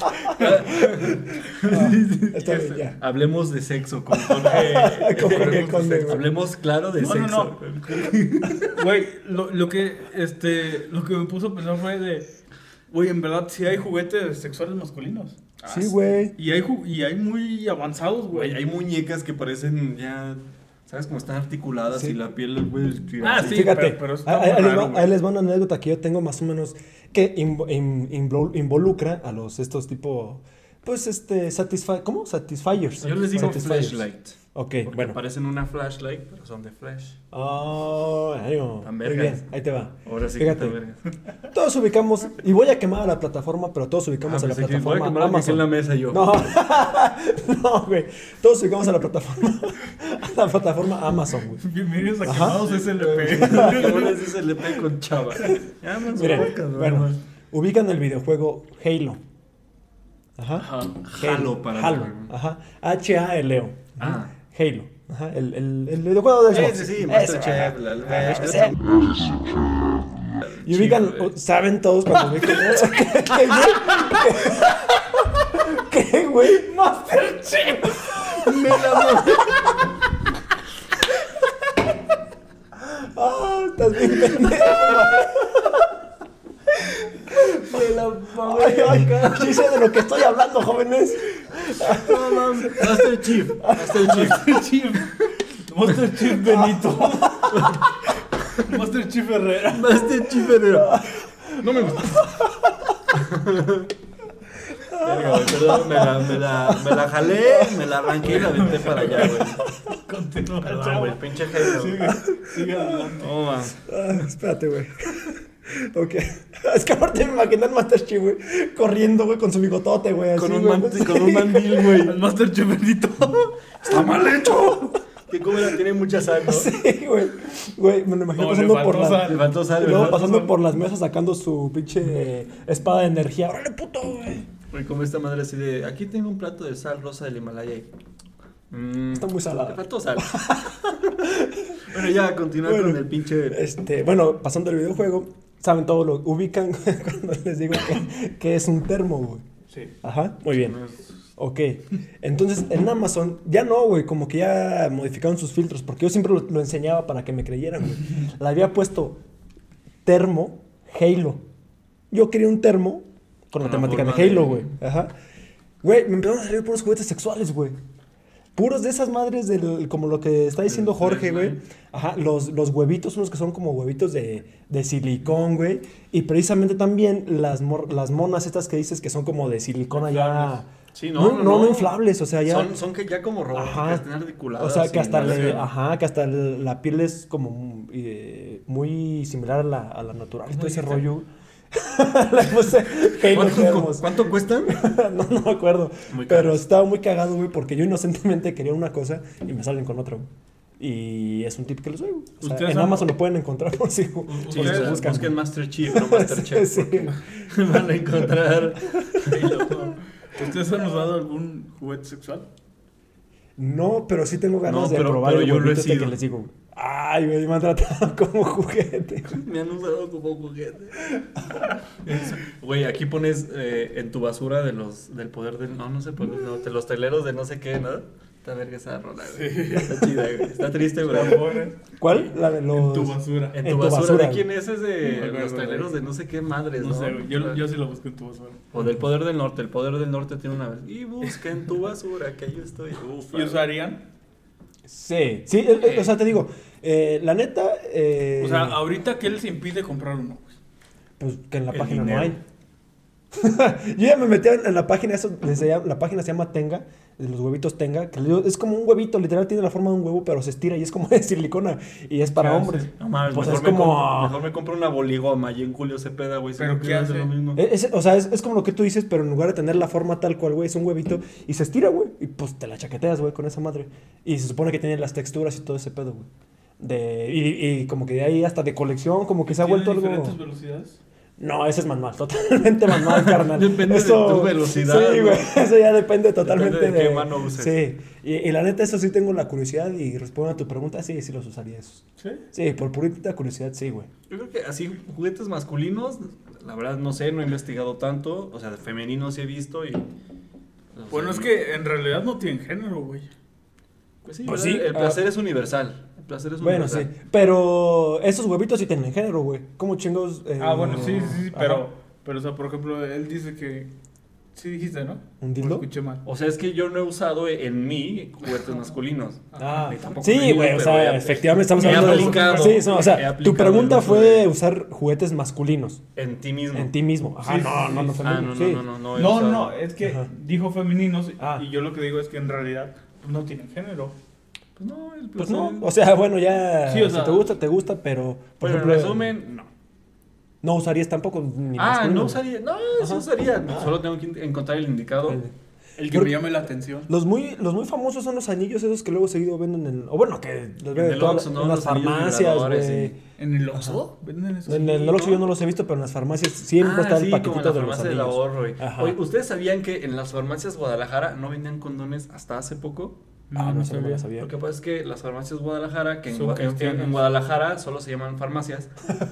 está bien, ya. Hablemos de sexo con Jorge. Con Jorge Hablemos de Conde, sexo. güey. Hablemos claro de No, no, sexo. no. Güey, lo, lo que este, lo que me puso a pensar fue de, güey, en verdad sí hay juguetes sexuales masculinos. Sí, güey. Y hay ju- y hay muy avanzados, Güey, güey. hay muñecas que parecen ya. ¿Sabes cómo están articuladas Sí. y la piel, güey? es- Ah, sí. Fíjate, pero- pero está muy ahí, ahí les raro, va, güey. ahí les va una anécdota que yo tengo más o menos que invo- in- invol- involucra a los estos tipo Pues este, satisfa ¿cómo? Satisfiers. Yo les digo Satisfiers. flashlight. Ok, Porque bueno. parecen una flashlight, pero son de flash. Oh, ánimo. Tan Muy vergas. bien, ahí te va. Ahora sí Fíjate. que está verga. Todos ubicamos, y voy a quemar a la plataforma, pero todos ubicamos Ah, a la pensé que voy a plataforma quemar algo aquí en la Amazon. mesa yo. No, no, güey. Todos ubicamos a la plataforma, a la plataforma Amazon, güey. Bienvenidos a Ajá. Quemados ¿Cómo SLP. les dice el EP con chava? Ya más Miren, podcast, bueno, ¿verdad? ubican el videojuego Halo. Ajá. Ajá. Halo para Halo. la- Ajá. H-A-L-O. Ah. Halo. Ajá. El, el, el videojuego de Xbox. Sí, sí, sí, Ese, Masterchef, ajá. la- Ah, la- ese. Y ubican, Chido, güey. saben todos cuando ubican. ¿Qué, güey? ¿Qué, ¿Qué, güey? Masterchef. Me la Ah, estás bien pendejo. me la mamé. Ay, ay, sí sé de lo que estoy hablando, jóvenes. No mames. Master Chief. Master Chief. Master Chief. Master Chief Benito. Master Chief Herrera. Master Chief Herrera. No me gusta. Verga, güey, perdón, me la, me, la, me la jalé, me la arranqué y la aventé para allá, güey. Continúa, Perdón, chavo. güey, pinche Halo. Sigue, sigue adelante. No, man. Ah, espérate, güey. Ok. Es que aparte me imaginé al Master Chief, güey, corriendo, güey, con su bigotote, güey. Con así, un, güey. man- con un mandil, güey. El Master Chief Benito. ¡Está mal hecho! Que como la tiene mucha sal, ¿no? Sí, güey. Güey, me lo imaginé No, le pasando por faltó la... sal. Levantó Y sal, luego ¿verdad? pasando por las mesas sacando su pinche eh, espada de energía. ¡Órale, puto, güey! Güey, como esta madre así de, aquí tengo un plato de sal rosa del Himalaya y... Mm, Está muy salada. Le faltó sal. bueno, ya, continúa Bueno, con el pinche... Este, bueno, pasando el videojuego, saben todo lo ubican cuando les digo que, que es un termo, güey. Sí. Ajá, muy bien. Ok. Entonces, en Amazon, ya no, güey, como que ya modificaron sus filtros, porque yo siempre lo, lo enseñaba para que me creyeran, güey. Le había puesto termo Halo. Yo quería un termo con la Con la temática de forma de- Halo, güey. Ajá. Güey, me empezaron a salir puros juguetes sexuales, güey. Puros de esas madres del, como lo que está diciendo Jorge, güey. flashlight. Ajá, los, los huevitos, unos que son como huevitos de, de silicón, güey. Y precisamente también las, mor- las monas estas que dices que son como de silicona ya... Sí, no, no, no inflables, o sea, ya... Son, son que ya como robos, que están O articuladas. sea, que y hasta, la le- verga. ajá, que hasta el- la piel es como eh, muy similar a la, a la natural. y Todo ese rollo... Le puse Halo ¿Cuánto, cu- Termos. cuánto cuestan? no, no me acuerdo. Muy caro. pero estaba muy cagado, güey, porque yo inocentemente quería una cosa y me salen con otra. güey. Y es un tip que les doy. güey. O sea, Ustedes en han- Amazon lo pueden encontrar por si por si Sí, Ustedes o sea, buscan. busquen Master Chief, no Master Sí, Chef. sí. porque Van a encontrar... Halo. ¿Ustedes han usado algún juguete sexual? No, pero sí tengo ganas No, de pero- probar pero el yo lo he huevito este que sido. les digo. güey. Ay, güey, me han tratado como juguete. Me han usado como juguete. Es- Güey, aquí pones eh, en tu basura de los, del poder del. No, no sé, por no, de los teleros de no sé qué, ¿no? Está verga esa rola, güey. Está chida, güey. Está triste, güey. ¿Cuál? La de los... En tu basura. En En tu tu basura, basura, ¿de quién es No me ese? acuerdo, los teleros de no sé qué madres, ¿no? No sé, güey, yo, yo sí lo busqué en tu basura. O del poder del norte. El poder del norte tiene una. Y busca en tu basura, que yo estoy. Uf, ¿Y usarían? Sí, sí, eh, eh, o sea, te digo, eh, la neta, eh, O sea, ahorita que él se impide comprar uno. güey. pues que en la el página no dinero. hay. Yo ya me metí en en la página, eso, les llama- la página se llama Tenga, de los huevitos Tenga, que le digo, es como un huevito, literal tiene la forma de un huevo, pero se estira y es como de silicona y es Ah, para sí. hombres. No mames, Pues mejor, es como- me compro, mejor me compro una boligoma y en Julio se peda, güey. si Pero no ¿qué quiero hacer hace? lo mismo. Es- es- o sea, es, es como lo que tú dices, pero en lugar de tener la forma tal cual, güey, es un huevito y se estira, güey, y pues te la chaqueteas, güey, con esa madre. Y se supone que tiene las texturas y todo ese pedo, güey. De, y, y como que de ahí hasta de colección, como que se ha ¿Tienen vuelto algo... diferentes velocidades? No, ese es manual, totalmente manual, carnal. Depende de tu velocidad, Sí, ¿no? güey, eso ya depende totalmente de qué mano uses. Sí, y, y la neta, eso sí tengo la curiosidad y respondo a tu pregunta, sí, sí los usaría esos. Sí. Sí, por purita curiosidad, sí, güey. Yo creo que así juguetes masculinos, la verdad no sé, no he investigado tanto. O sea, femeninos sí he visto y. Bueno, o es sea, que en realidad no tienen género, güey. Pues sí, Pues ¿verdad? sí, el placer es universal. El placer es Bueno, sí, universal. pero esos huevitos sí tienen género, güey. ¿Cómo chingos? eh, Ah, bueno, Ah, sí, sí, sí, ajá. pero, pero, o sea, por ejemplo, él dice que Sí dijiste, ¿no? ¿Un O Lo dildo? escuché mal. O sea, es que yo no he usado en mí juguetes masculinos. Ah, Y tampoco lo sí, digo, güey, o pero sea, he- efectivamente estamos he hablando de aplicado, eso. Sí, no, o he sea, tu aplicado el pregunta uso fue de- usar juguetes masculinos En ti mismo. en ti mismo. Ajá, Sí, no, sí, no, sí. no fue Ah, mismo, no, sí. no, no, no, no. he No, usado. no, es que Ajá. dijo femeninos y- Ah. y yo lo que digo es que en realidad pues, no tienen género. Pues no, el Pues placer- no, o sea, bueno, ya Sí, o sea- si te gusta, te gusta, pero por Bueno, en ejemplo, resumen, no. no usarías tampoco ni Ah, masculino. no usaría. No, sí Ajá. usaría. Ah. Solo tengo que in- encontrar el indicado. Vale. El que que Por- me me llame la atención. Los muy, los muy famosos son los anillos esos que luego seguido venden en... O bueno, que los venden el en, todas- Oxxo, ¿no? en las Los anillos farmacias, vibradores, güey. sí. ¿En el Oxxo? ¿Venden eso? En el Oxxo yo no los he visto, pero en las farmacias siempre ah, está el sí, como en paquetito la de los farmacia del anillos. ahorro. güey. Ajá. Oye, ¿ustedes sabían que en las farmacias Guadalajara no vendían condones hasta hace poco? Ah, no, eso no lo sabía. Lo que pasa es que las farmacias Guadalajara, que en, Son Gua- en- cristianas. en Guadalajara solo se llaman farmacias,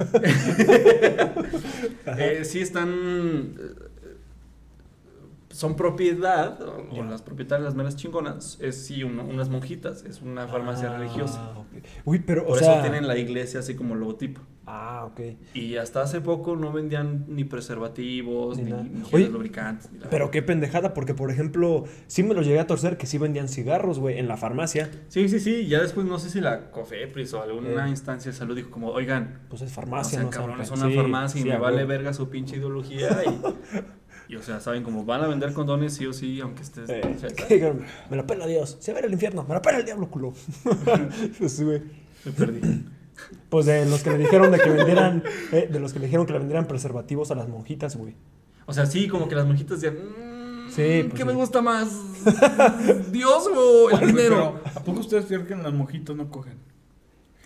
eh, sí están... eh, Son propiedad, o Ya. las propietarias, las meras chingonas, es sí, una- unas monjitas, es una farmacia Ah, religiosa. ok. Uy, pero, o Por sea... eso tienen la iglesia así como logotipo. Ah, ok. Y hasta hace poco no vendían ni preservativos, Ni ni, nada. ni geles Oye, lubricantes. ni la- Pero qué pendejada, porque por ejemplo, sí me lo llegué a torcer que sí vendían cigarros, güey, en la farmacia. Sí, sí, sí. Ya después no sé si la COFEPRIS o alguna Eh. instancia de salud dijo como, oigan, Pues es no farmacia, sean ¿no? cabrones, Sí, una farmacia y sí, me a vale huevo. verga su pinche ideología. Y, y, o sea, saben como van a vender condones sí o sí, aunque estés... Eh, o sea, que- me la pela Dios, se va a ir al infierno, me la pela el diablo, culo. pues, sí, güey. me perdí. Pues de los que le dijeron de que vendieran, eh, de los que le dijeron que le vendieran preservativos a las monjitas, güey. O sea, sí, como que las monjitas decían, "Mm, Sí, pues ¿qué sí. me gusta más? ¿Dios o el dinero? ¿A poco ustedes creen que las mojitas no cogen?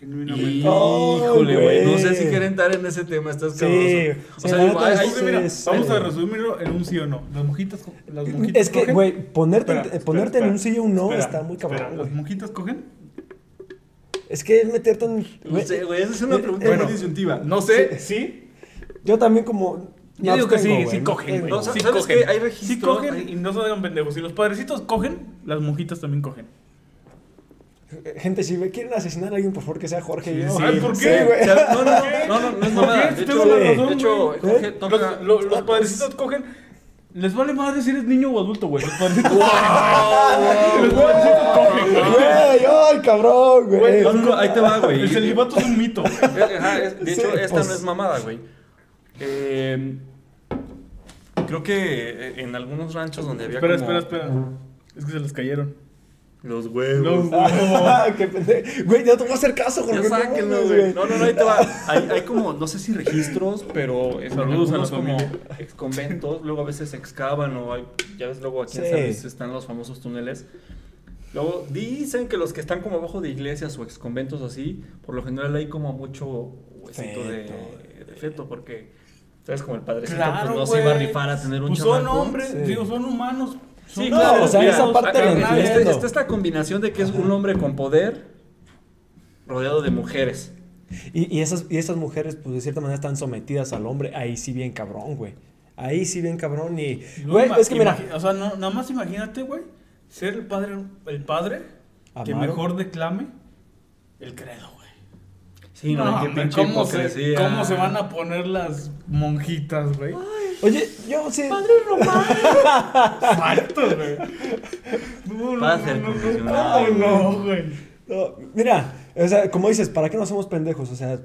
Híjole, Genuinamente. Oh, güey. No sé güey. si quieren entrar en ese tema, estás Sí, cabroso. O sí, sea, la digo, neta ay, es- ay, pues, Ahí, mira, es- vamos a resumirlo en un sí o no. Las mojitas, co- las mojitas Es que, cogen? güey, ponerte, en- Espera, eh, ponerte espera, en un sí y un no espera, está muy espera, cabrón, ¿Las güey. mojitas cogen? Es que es meterte en... No güey, sé, güey, esa es una Eh, pregunta Eh, bueno, muy disyuntiva. No sé, sí. yo también como... Yo digo que sí, abstengo, sí no cogen, pues güey. Eh, tengo, No, Sí ¿sabes cogen. qué? Hay Sí registros, cogen hay- y no se hagan pendejos. Si los padrecitos cogen, las mojitas también cogen. Eh, Gente, si me quieren asesinar a alguien, por favor, que sea Jorge. yo. sí. Ay, ¿por Sí, qué? güey. O sea, no, no, no, no, no es mamada. ¿Por qué? De Tengo hecho, la de razón, hecho, güey. Jorge ¿Eh? Los, toca. lo- los padrecitos cogen. Les vale madre si eres niño o adulto, güey. Los padrecitos Los padrecitos cogen, güey. Güey, ay, cabrón, güey. No, no, no, ahí te va, güey. El celibato es un mito. güey. eh, Ajá, es- De hecho, Sí, esta pues. no es mamada, güey. Eh, creo que eh, en algunos ranchos donde había. Espera, como espera, espera. Es que se les cayeron. Los Los huevos. Ah, qué pendejo. Güey, ya no te voy a hacer caso, Jorge. Ya no sáquenlo, mames, güey. No, no, no, ahí te va. Hay, hay como, no sé si registros, pero en Saludos a la algunos como familia. ex conventos, luego a veces excavan o hay, ya ves luego aquí en Sí. San Luis están los famosos túneles. Luego dicen que los que están como abajo de iglesias o ex conventos así, por lo general hay como mucho huesito de- De, Feto. feto, porque sabes como el padrecito Claro, pues, no se iba a güey. rifar a tener un Pues son chamaco. hombres, Sí. digo, son humanos. Sí, Son- No, claro. o sea, mira, esa parte la acá está- entiendo. está esta combinación de que es un hombre con poder rodeado de mujeres. Y, y esas, y esas mujeres, pues de cierta manera están sometidas al hombre. Ahí sí, bien cabrón, güey. Ahí sí, bien cabrón. Y, No, güey, ima- es que mira. imagi- O sea, no- nada más imagínate, güey, ser el padre, el padre que Amaro. mejor declame el credo, güey. Sí, no, qué hombre, pinche ¿cómo se, hipocresía. ¿Cómo se van a poner las monjitas, güey? Oye, yo sí. Faltos, güey. No, no, Para ser no, no, profesional. No, no, güey. no, mira, o sea, como dices, ¿para qué no somos pendejos? O sea,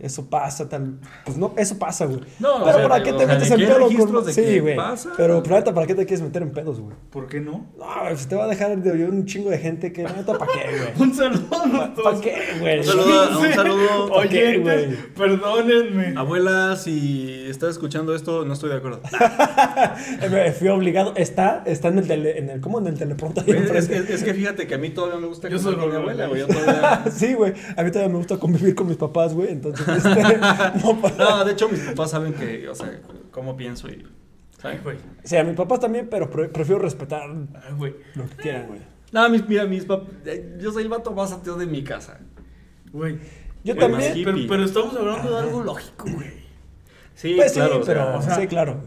eso pasa, tal. Pues no, eso pasa, güey. No, o pero sea, ¿para qué o te sea, ¿de metes qué en hay pedos? registros de sí, que güey. pasa? Pero, planeta, ¿para qué te quieres meter en pedos, güey? ¿Por qué no? No, güey, pues te va a dejar de oír un chingo de gente que, neta, ¿para qué, güey? Un saludo a los ¿Para dos. qué, güey? Un saludo, un saludo. ¿Para qué, Oyentes, güey? perdónenme. Abuela, si estás escuchando esto, no estoy de acuerdo. Eh, me Fui obligado. Está, está en el tele, en el, ¿cómo? En el teleprompter. ahí Es, es enfrente. que, es que fíjate que a mí todavía me gusta Yo comer soy con mi Lolo, abuela, güey. güey. Yo todavía... Sí, güey. A mí todavía me gusta convivir con mis papás, güey. Entonces, este, no, para- No, de hecho, mis papás saben que, o sea, cómo pienso y... Ay, ¿saben? güey. Sí, a mis papás también, pero pre- prefiero respetar Ay, Ah, güey. lo que quieran, güey. No, mis, mira, mis papás... Yo soy el vato más ateo de mi casa. Güey. Yo Güey, también. más Pero, hippie. pero estamos hablando de algo lógico, güey. Sí, pues sí, claro. o sea, pero. o sea- sí, claro.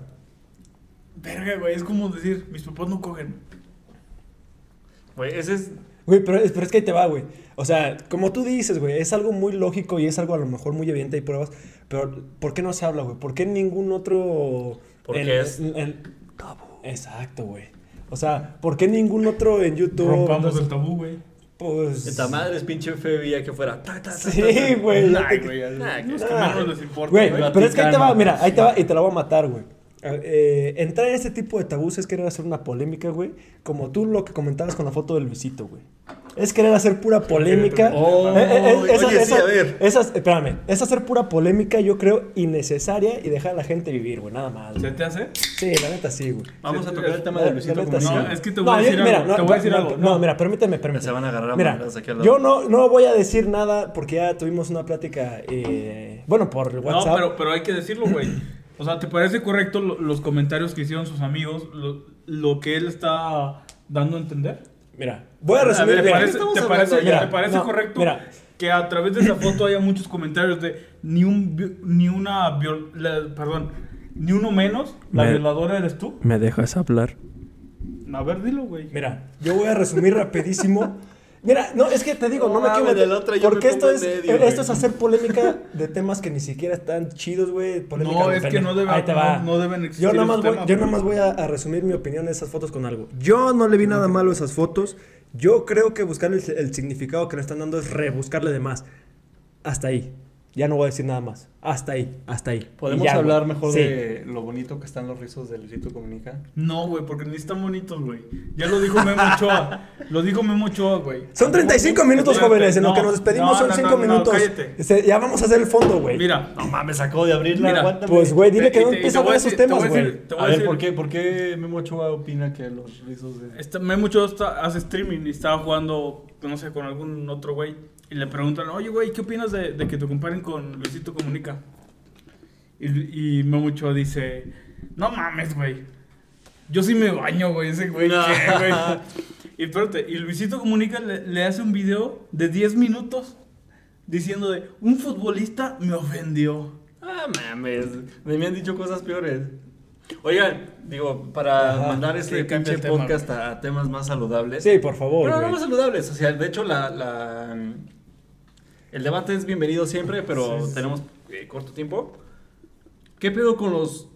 Verga, güey. Es como decir, mis papás no cogen. güey, ese es... Güey, pero, es- pero es que ahí te va, güey. O sea, como tú dices, güey, es algo muy lógico y es algo a lo mejor muy evidente, hay pruebas. Pero, ¿por qué no se habla, güey? ¿Por qué ningún otro. Porque en- es en- en- Exacto, güey. O sea, ¿por qué ningún otro en YouTube? Rompamos el entonces, tabú, güey. Pues. Esta madre es pinche FBI que fuera. ta, ta, ta, ta, ta. Sí, güey. ya Ay, te- güey. Nah, Los que- que menos les importa, Güey, güey. pero es que ahí te va, Vaticano, mira, ahí te va y te la voy a matar, güey. A- eh, entrar en este tipo de tabús es querer hacer una polémica, güey. Como tú lo que comentabas con la foto de Luisito, güey. Es querer hacer pura polémica. Eh, Oh, oye, sí, a ver. esas- espérame, es hacer pura polémica, yo creo, innecesaria y dejar a la gente vivir, güey, nada más. ¿Se güey. te hace? Sí, la neta sí, güey. Vamos a tocar el tema La- de la Luisito neta Comunica. sí. No, es que te voy a decir mira, algo, te voy a decir no, algo, No, no. mira, permíteme, permíteme. se van a agarrar a Mira, madrazos aquí al lado. yo no, no voy a decir nada porque ya tuvimos una plática, eh, bueno, por el WhatsApp. No, pero, pero hay que decirlo, güey. O sea, ¿te parece correcto lo- los comentarios que hicieron sus amigos? Lo, lo que él está dando a entender. Mira, voy a A ver, resumir. ¿Te mira, parece, estamos te hablando? parece- Mira, te parece no, correcto mira. que a través de esa foto haya muchos comentarios de ni, un, vi- ni una. viol- la- perdón, ni uno menos. La Me- violadora eres tú. ¿Me dejas hablar? A ver, dilo, güey. mira, yo voy a resumir rapidísimo. Mira, no, es que te digo, no me Ah, quiero güey, meter, de la otra yo porque me esto pongo es, en medio, eh, esto güey. es hacer polémica de temas que ni siquiera están chidos, güey. polémica No, de es pene. que no, debe- Ahí te va. no- no deben existir Yo nada más esos voy, temas, yo pero- nada más voy a, a resumir mi opinión de esas fotos con algo. Yo no le vi nada malo a esas fotos. Yo creo que buscar el, el significado que le están dando es rebuscarle de más. Hasta ahí. Ya no voy a decir nada más. Hasta ahí, hasta ahí. ¿Podemos Y ya, güey. hablar mejor Sí. de lo bonito que están los rizos de Luisito Comunica? No, güey, porque ni están bonitos, güey. Ya lo dijo Memo Ochoa. lo dijo Memo Ochoa, güey. Son 35 minutos, jóvenes. En lo que nos despedimos son 5 minutos. cállate. Este, ya vamos a hacer el fondo, güey. Mira, No mames, acabo de abrirla. Mira, aguántame. Pues, güey, dile Y que te- no y te empieza voy con a esos decir- te voy temas, a güey. decir- te voy A ver, decir- ¿por qué, ¿por qué Memo Ochoa opina que los rizos de... Este, Memo Ochoa está- hace streaming y estaba jugando, no sé, con algún otro güey. Y le preguntan, oye, güey, ¿qué opinas de, de que te comparen con Luisito Comunica? Y, y Memo Ochoa dice, no mames, güey. Yo sí me baño, güey, ese güey. No. ¿qué, güey?" Y espérate, y Luisito Comunica le, le hace un video de 10 minutos diciendo de, un futbolista me ofendió. Ah, mames. Me me han dicho cosas peores. Oigan, digo, para Ajá, mandar sí, este cambia pinche el tema, podcast a, a temas más saludables. Sí, por favor. Pero no güey. más saludables. O sea, de hecho, la, la- el debate es bienvenido siempre, pero tenemos eh, corto tiempo. ¿Qué pedo con los.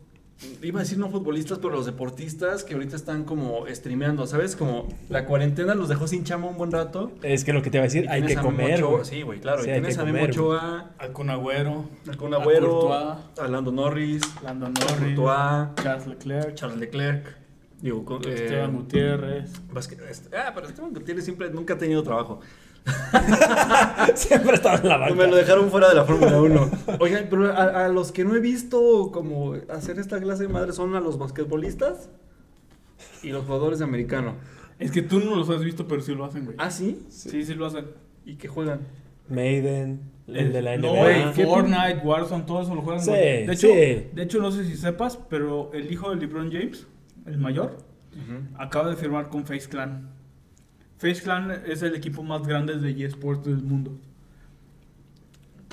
Iba a decir no futbolistas, pero los deportistas que ahorita están como streameando, ¿sabes? Como la cuarentena los dejó sin chama un buen rato. Es que lo que te iba a decir, Y hay tienes que a Memo comer. Ochoa- güey. Sí, güey, claro. Sí, y hay tienes que a Memo comer, güey. Ochoa, Al Kun Agüero, al Kun Agüero, A Courtois, a Lando Norris, Lando a Norris, Courtois, Charles Leclerc, Charles Leclerc, digo, con- eh, Esteban Gutiérrez. Vázquez- ah, pero Esteban Gutiérrez siempre, nunca ha tenido trabajo. Siempre estaba en la banca. Me lo dejaron fuera de la Fórmula 1. Oigan, pero a, a los que no he visto como hacer esta clase de madre son a los basquetbolistas y los jugadores de americano. Es que tú no los has visto, pero sí lo hacen, güey. ¿Ah, sí? Sí, sí lo hacen. ¿Y qué juegan? Maiden, el de la No, NBA. güey, Fortnite, Warzone, todo eso lo juegan. Sí, güey. de, hecho, sí. de hecho, no sé si sepas, pero el hijo de LeBron James, el mayor, acaba de firmar con Face Clan. Face Clan es el equipo más grande de eSports del mundo.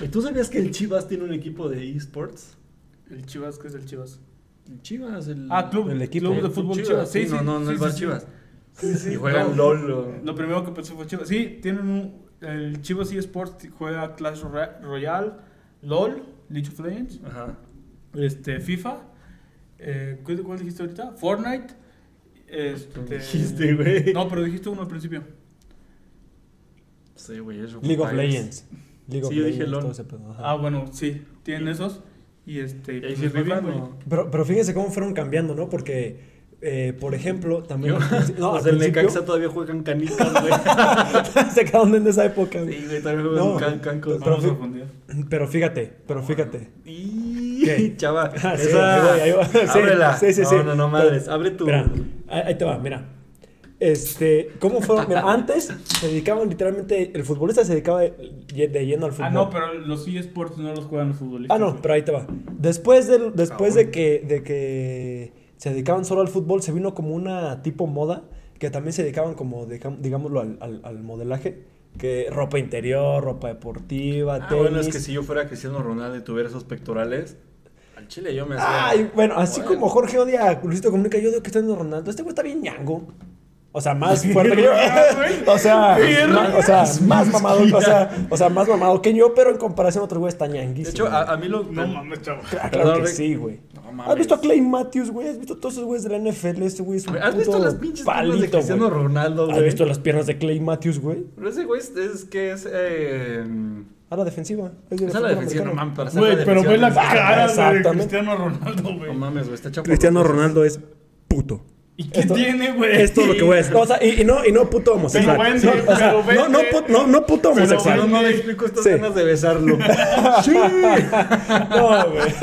¿Y ¿Tú sabías que el Chivas tiene un equipo de esports? El Chivas, ¿qué es el Chivas? El Chivas, el... Ah, club, El equipo. club de fútbol Chivas. Sí, sí, no, no, no sí, es sí, Bar sí. Chivas. Sí, sí. Y juegan No, LOL. o- Lo primero que pensé fue Chivas. Sí, tienen un. El Chivas eSports juega Clash Roya- Royale, LOL, League of Legends. Ajá. este, FIFA, eh, ¿cuál, cuál dijiste ahorita? Fortnite. Este, Dijiste, güey. No, pero dijiste uno al principio. Sí, güey, es League of Legends. League of Sí, yo dije Legends, LOL. todo ese pedo, ajá. Ah, bueno, sí, tienen esos. Y este, ¿Y ahí pues, sí les va bien, juegan güey. o...? Pero, pero fíjense cómo fueron cambiando, ¿no? Porque, eh, por ejemplo, también. Yo- no, los al del principio- Necaxa todavía juegan canicas, güey. se quedaron en esa época. güey. Sí, güey, también juegan No. can- cancos. Pero Vamos fi- a confundir. Pero fíjate, pero fíjate. Y ¿Qué? chava, Ah, sí, esa- ahí voy, ahí voy. Sí, ábrela. sí, sí, sí. No, no, no, madres, Pero- abre tu. Mira, ahí ahí te va, mira. Este, ¿cómo fueron? Mira, antes se dedicaban literalmente, el futbolista se dedicaba de, de lleno al fútbol. Ah, no, pero los eSports no los juegan los futbolistas. Ah, no, güey. pero ahí te va. Después, del, después de, que, de que se dedicaban solo al fútbol, se vino como una tipo moda que también se dedicaban como, digam- digámoslo, al, al- al modelaje. Que ropa interior, ropa deportiva, Ah, tenis. bueno, es que si yo fuera Cristiano Ronaldo y tuviera esos pectorales, al chile yo me hacía. Ay, bueno, así Bueno. como Jorge odia a Luisito Comunica, yo odio a Cristiano Ronaldo. Este güey está bien ñango. O sea, más fuerte que yo. o sea, ma- o sea, más mamado, o sea, o sea, más mamado que yo, pero en comparación a otro güey está ñanguísimo. De hecho, a, a mí lo. No mames, chavo. Ah, claro perdón, que Rick. sí, güey. No ¿Has mames. visto a Clay Matthews, güey? ¿Has visto a todos esos güeyes de la NFL? Este güey es un ¿Has visto puto las pinches palmas de palito, Cristiano güey. Ronaldo, güey? ¿Has visto las piernas de Clay Matthews, güey? Pero ese güey es, es que es. Eh, A la defensiva. es a la defensiva, no mames, para hacer Güey, la pero ve la defensiva. cara de exactamente. Cristiano Ronaldo, güey. No mames, güey, está Pues, chapo. Cristiano Ronaldo es puto. ¿Y qué Esto- tiene, güey? Es todo lo que voy a decir. O sea, y, y no, y no puto homosexual. Pero vende, no, o sea, pero no, no, vende. pu- no, no puto Pero homosexual. No, vende. no le explico estas Sí. ganas de besarlo. No, güey.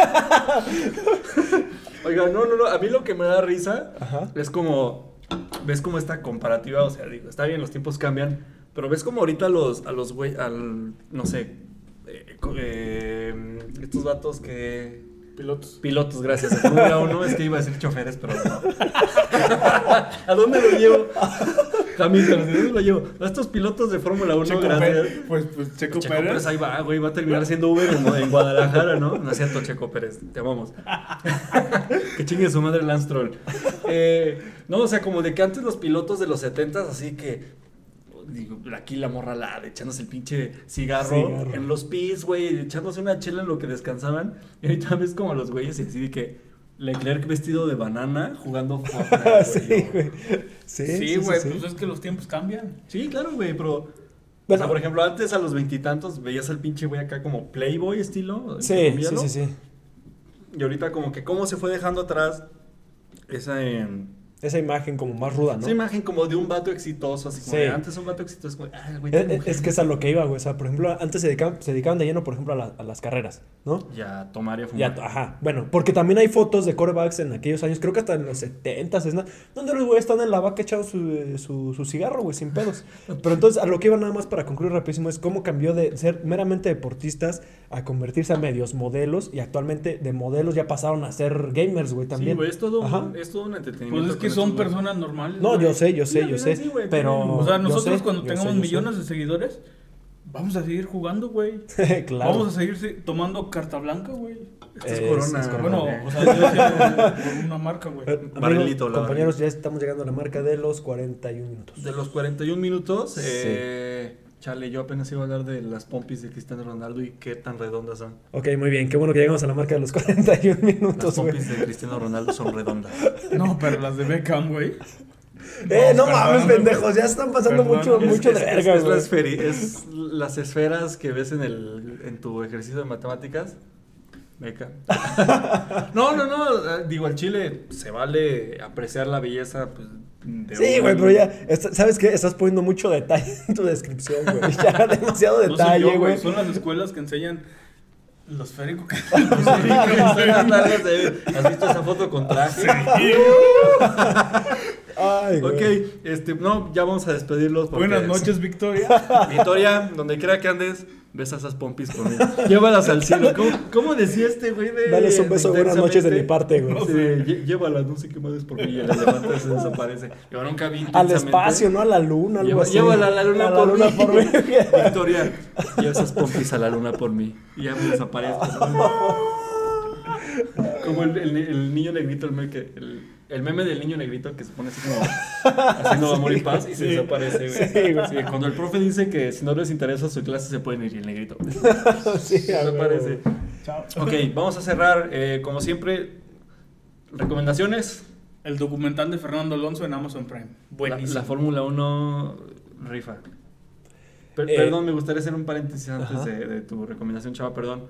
Oiga, no, no, no. A mí lo que me da risa Ajá. es como. ¿Ves como esta comparativa? O sea, digo, está bien, los tiempos cambian. Pero ves como ahorita los, a los güey. Al. No sé. eh, co- eh, estos vatos que. Pilotos. Pilotos, gracias. de Fórmula 1 es que iba a decir choferes, pero no. ¿A dónde lo llevo? Hamilton, ¿a dónde lo llevo? A estos pilotos de Fórmula 1, Checo gracias. Pérez. Pues, pues Checo, Checo Pérez. Pérez ahí va, güey, va a terminar siendo Uber en, en Guadalajara, ¿no? No es cierto, Checo Pérez, te amamos. que chingue su madre Lance Troll. Eh, no, o sea, como de que antes los pilotos de los 70 así que. Digo, aquí la morra la de echándose el pinche cigarro, Cigarro. en los pis, güey, echándose una chela en lo que descansaban. Y ahorita ves como los güeyes y así de que Leclerc vestido de banana jugando Fortnite, Sí, güey, ¿no? güey. Sí, Sí, güey, sí. pues es que los tiempos cambian. Sí, claro, güey, pero. Bueno. o sea, por ejemplo, antes a los veintitantos veías al pinche güey acá como Playboy estilo. entre Sí, comillas, sí, ¿no? sí, sí. Y ahorita como que cómo se fue dejando atrás esa, em, Esa imagen como más ruda, ¿no? esa imagen como de un vato exitoso. Así como Sí. de, antes un vato exitoso como, "Ay, güey, Es, tiene Eh, es- es que es a lo que iba, güey. O sea, por ejemplo, antes se dedicaban, se dedicaban de lleno, por ejemplo, a, la- a las carreras, ¿no? mujer". Ya tomaría Ya, ah, fumar. ajá. Bueno, porque también hay fotos de corebacks en aquellos años, creo que hasta en los 70s, es na- donde los güeyes están en la vaca echados su, eh, su, su cigarro, güey, sin pedos. Pero entonces, a lo que iba nada más para concluir rapidísimo es cómo cambió de ser meramente deportistas a convertirse a medios modelos y actualmente de modelos ya pasaron a ser gamers, güey, sí, también. güey, es todo, Ajá. un, es todo un entretenimiento. Pues es que con son estos, güey. personas normales. No, güey. yo sé, yo sé, Sí, yo sí, sé. sí, güey, pero. tienen- O sea, yo nosotros sé, cuando yo tengamos sé, yo millones de seguidores, vamos a seguir jugando, güey. sé. claro. Vamos a seguir se- tomando carta blanca, güey. Esto es Es- corona. es corona. Bueno, güey. o sea, yo decía, por una marca, güey. Eh, amigos, Barrilito, la compañeros, ya estamos llegando a la marca de los 41 minutos. De los 41 minutos, Sí. eh, chale, yo apenas iba a hablar de las pompis de Cristiano Ronaldo y qué tan redondas son. Ok, muy bien. Qué bueno que llegamos a la marca de los 41 Las minutos, güey. pompis de Cristiano Ronaldo son redondas. No, pero las de Beckham, güey. Eh, no No, mames, perdón, pendejos. Ya están pasando perdón, mucho, es- mucho es, de es- verga, es güey. las feri- es las esferas que ves en, el, en tu ejercicio de matemáticas. Beca. no, no, no. eh, Digo, al Chile se vale apreciar la belleza. Pues, de Sí, un- güey, pero ya, está- ¿sabes qué? Estás poniendo mucho detalle en tu descripción, güey. Ya, demasiado No soy detalle, yo, güey. güey. Son las escuelas que enseñan los féricos que. ¿Has visto esa foto con traje? Ay, güey. Ok, este, no, ya vamos a despedirlos. porque- Buenas noches, Victoria. Victoria, donde quiera que andes, besa esas pompis conmigo. Llévalas al cielo. ¿Cómo, cómo decía este güey de. Dales un beso, de buenas noches de mi parte, güey. No, sí, lle- llévalas, no sé qué más es por mí. Y la levanta, se desaparece. Yo nunca vi. Al intensamente. espacio, ¿no? A la luna, algo Lleva- así. Llévala a la luna, A por, mí. por mí. Victoria, lleva esas pompis a la luna por mí. Y ya me desaparezco. Como el, el- el niño negrito, el meme, que- el, el meme del niño negrito que se pone así como haciendo amor y paz y se desaparece, güey. Sí, güey. Sí, cuando el profe dice que si no les interesa su clase se pueden ir y el negrito Sí, a se huevo, desaparece. güey. Chao. Ok, vamos a cerrar. eh, como siempre, recomendaciones. El documental de Fernando Alonso en Amazon Prime. La, Buenísimo. la Fórmula 1 rifa. Per- Eh, perdón, me gustaría hacer un paréntesis antes ajá. de, de tu recomendación, chava, perdón.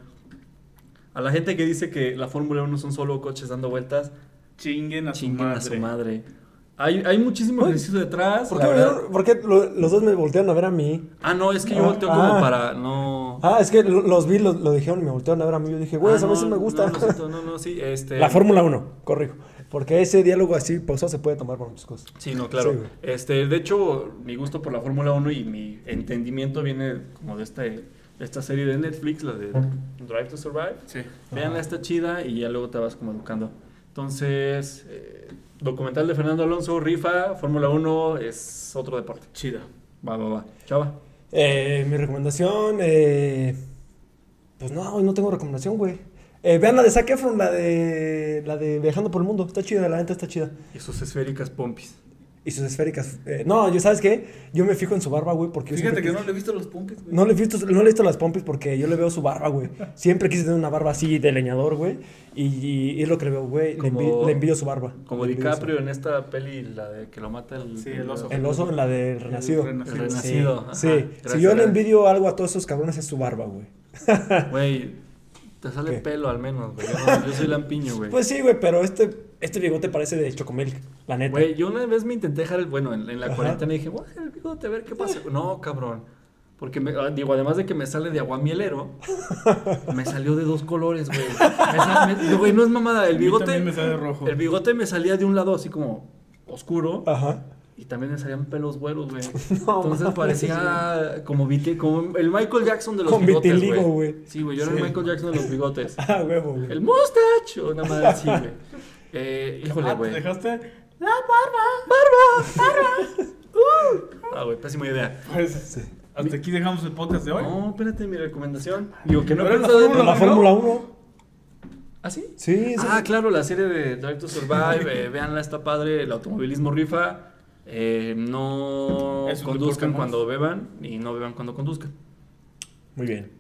A la gente que dice que la Fórmula 1 son solo coches dando vueltas, Chinguen a su chinguen madre. a su madre. Hay, hay muchísimo Uy, ejercicio detrás. ¿Por la qué, me verdad. vieron- por qué lo- los dos me voltearon a ver a mí? Ah, no, es que yo Ah, volteo como ah. para. No. Ah, es que lo- los vi, lo, lo dijeron y me voltearon a ver a mí. Yo dije, güey, Ah, a mí sí no, me gusta. No, lo siento, no, no, sí. Este, La Fórmula 1, corrijo. Porque ese diálogo así pausado se puede tomar para muchas cosas. Sí, no, claro. Sí, güey. este, de hecho, mi gusto por la Fórmula 1 y mi entendimiento viene como de, este, de esta serie de Netflix, la de Drive to Survive. Sí. Veanla, está chida y ya luego te vas como educando. Entonces, eh, documental de Fernando Alonso, rifa, Fórmula 1 es otro deporte. Chida. Va, va, va. Chava. Eh, mi recomendación, eh, pues no, hoy no tengo recomendación, güey. Eh, vean la de Zac Efron, la de, la de Viajando por el Mundo. Está chida, la neta está chida. Y sus esféricas pompis. Y sus esféricas. eh, no, yo, ¿sabes qué? Yo me fijo en su barba, güey, porque yo Fíjate siempre que quise- no le he visto los pompis, güey. no le he visto, no le he visto las pompis porque yo le veo su barba, güey. Siempre quise tener una barba así de leñador, güey. Y, y- y es lo que le veo, güey. Le, Como- envi- le envidio su barba. Como Le envidio su- DiCaprio en esta peli, la de que lo mata el... Sí, el oso. El oso en la de Renacido. El Renacido. El Renacido, ajá. Sí. Si Gracias, yo le gracias. envidio algo a todos esos cabrones es su barba, güey. Güey, te sale ¿Qué? pelo al menos, güey. Yo, no- yo soy lampiño, güey. Pues sí, güey, pero este, este bigote parece de Chocomilk, la neta. Güey, yo una vez me intenté dejar el... Bueno, en, en la Ajá. cuarentena dije, voy a dejar el bigote a ver qué pasa. No, cabrón. Porque, me- ah, digo, además de que me sale de aguamielero, me salió de dos colores, güey. Me sa- me- no, Güey, no es mamada. El A mí bigote... también me sale rojo. El bigote me salía de un lado así como oscuro. Ajá. Y también me salían pelos güeros, güey. No Entonces mames, parecía como, viti- como el Michael Jackson de los Con bigotes. vitiligo, güey. güey. Sí, güey, yo era Sí. el Michael Jackson de los bigotes. Ah, huevo, güey. el mustache, o una madre así, güey. Eh, híjole, Ah, te güey. dejaste. Ah, güey, pésima idea. Pues, hasta aquí dejamos el podcast de hoy. No, espérate, mi recomendación. Digo que no he Pero la pensado en- fórmula- La ¿no? Fórmula 1. ¿Ah, sí? Sí, sí. Ah, claro, la serie de Drive to Survive, eh, véanla, está padre, el automovilismo rifa. Eh, no Es un deporte conduzcan más. cuando beban y no beban cuando conduzcan. Muy bien.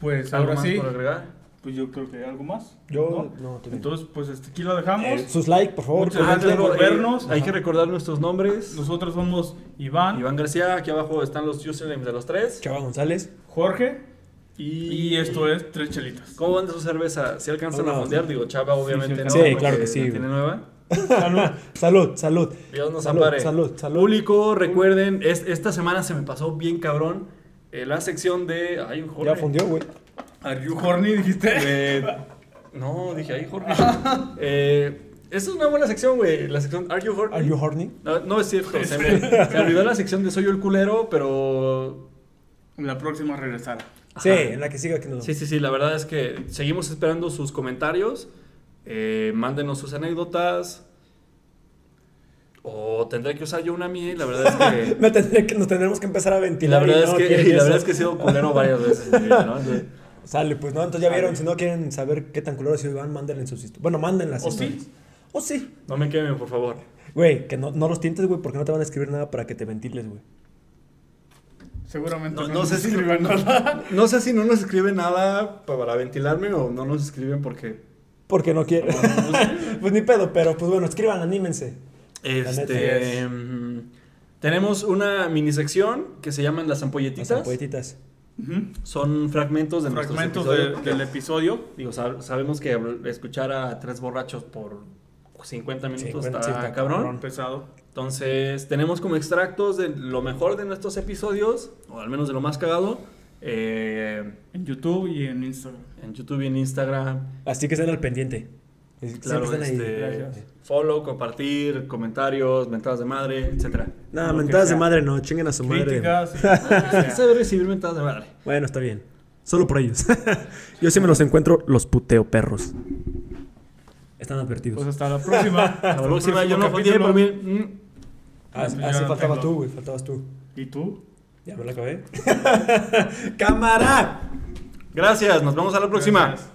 Pues ¿Algo ahora más sí, por agregar? pues yo creo que hay algo más. Yo. ¿no? No, tú bien. Entonces, pues hasta aquí lo dejamos. Eh, sus likes, por favor. Muchas Ah, gracias comenten. claro, por eh, vernos. Hay Ajá. que recordar nuestros nombres. Nosotros somos Iván, Iván García, aquí abajo están los usernames de los tres. Chava González. Jorge Y, y esto es Tres Chelitas. ¿Cómo van de su cerveza? ¿Si alcanzan Vámonos. a fondear? Digo, Chava, obviamente sí, no. sí, porque claro que sí, la güey. tiene nueva. Salud. Salud, salud. Dios nos Salud, ampare. salud, salud. Público, recuerden, es- esta semana se me pasó bien cabrón eh, la sección de. Ay, Jorge. Ya fundió, güey. Are you horny, dijiste? De- Eh. no, dije, ay, Jorge. eh, esa es una buena sección, güey. La sección Are You Jorge. ¿Are you horny? No, no es cierto. Se me, se me olvidó la sección de Soy yo el culero, pero. La próxima regresará. Sí, en la que siga que nos. Sí, sí, sí. La verdad es que seguimos esperando sus comentarios. Eh, mándenos sus anécdotas. O tendré que usar yo una mía y la verdad es que. Me tendré que- nos tendremos que empezar a y la ventilar. verdad y es no que, quiero y la verdad eso. es que he sido culero varias veces. en mi vida, ¿no? Entonces, Sale, pues no, entonces ya vieron. Si no quieren saber qué tan culero ha sido Iván, mándenle en sus historias. Bueno, mándenlas. ¿O sí? O sí. no me quemen, por favor. Güey, que no, no los tientes, güey, porque no te van a escribir nada para que te ventiles, güey. Seguramente No, no sé si- escriban nada. No sé si no nos escriben nada para ventilarme o no nos escriben porque. Porque no quieren. Ah, pues ni pedo, pero pues bueno, escriban, anímense. La neta Este. es. em, Tenemos una mini sección que se llaman las ampolletitas. Las poetitas. Ujú. Son fragmentos de nuestros Fragmentos de- episodios. del episodio. Digo, sab- sabemos que habl- escuchar a tres borrachos por 50 minutos 50, está sí, está cabrón. cabrón. Pesado. Entonces, tenemos como extractos de lo mejor de nuestros episodios, o al menos de lo más cagado, eh, En YouTube y en Instagram. en YouTube y en Instagram. Así que estén al pendiente. Es- Claro, Siempre estén ahí. este, gracias. follow, compartir, comentarios, mentadas de madre, etcétera. Nada, lo que mentadas de sea. madre no, chinguen a su madre. Críticas. y lo que sea. Saber recibir mentadas de madre. Bueno, está bien. Solo por ellos. Yo sí me los encuentro, los puteo perros. Están advertidos. Pues hasta la próxima. Hasta La el próxima, próximo yo no capítulo. podía por mí. Mm. ah, pues ah, ya sí, no faltaba tengo. tú, güey, faltabas tú. ¿Y tú? Ya me la acabé. ¡Cámara! Gracias, nos vemos a la próxima. Gracias.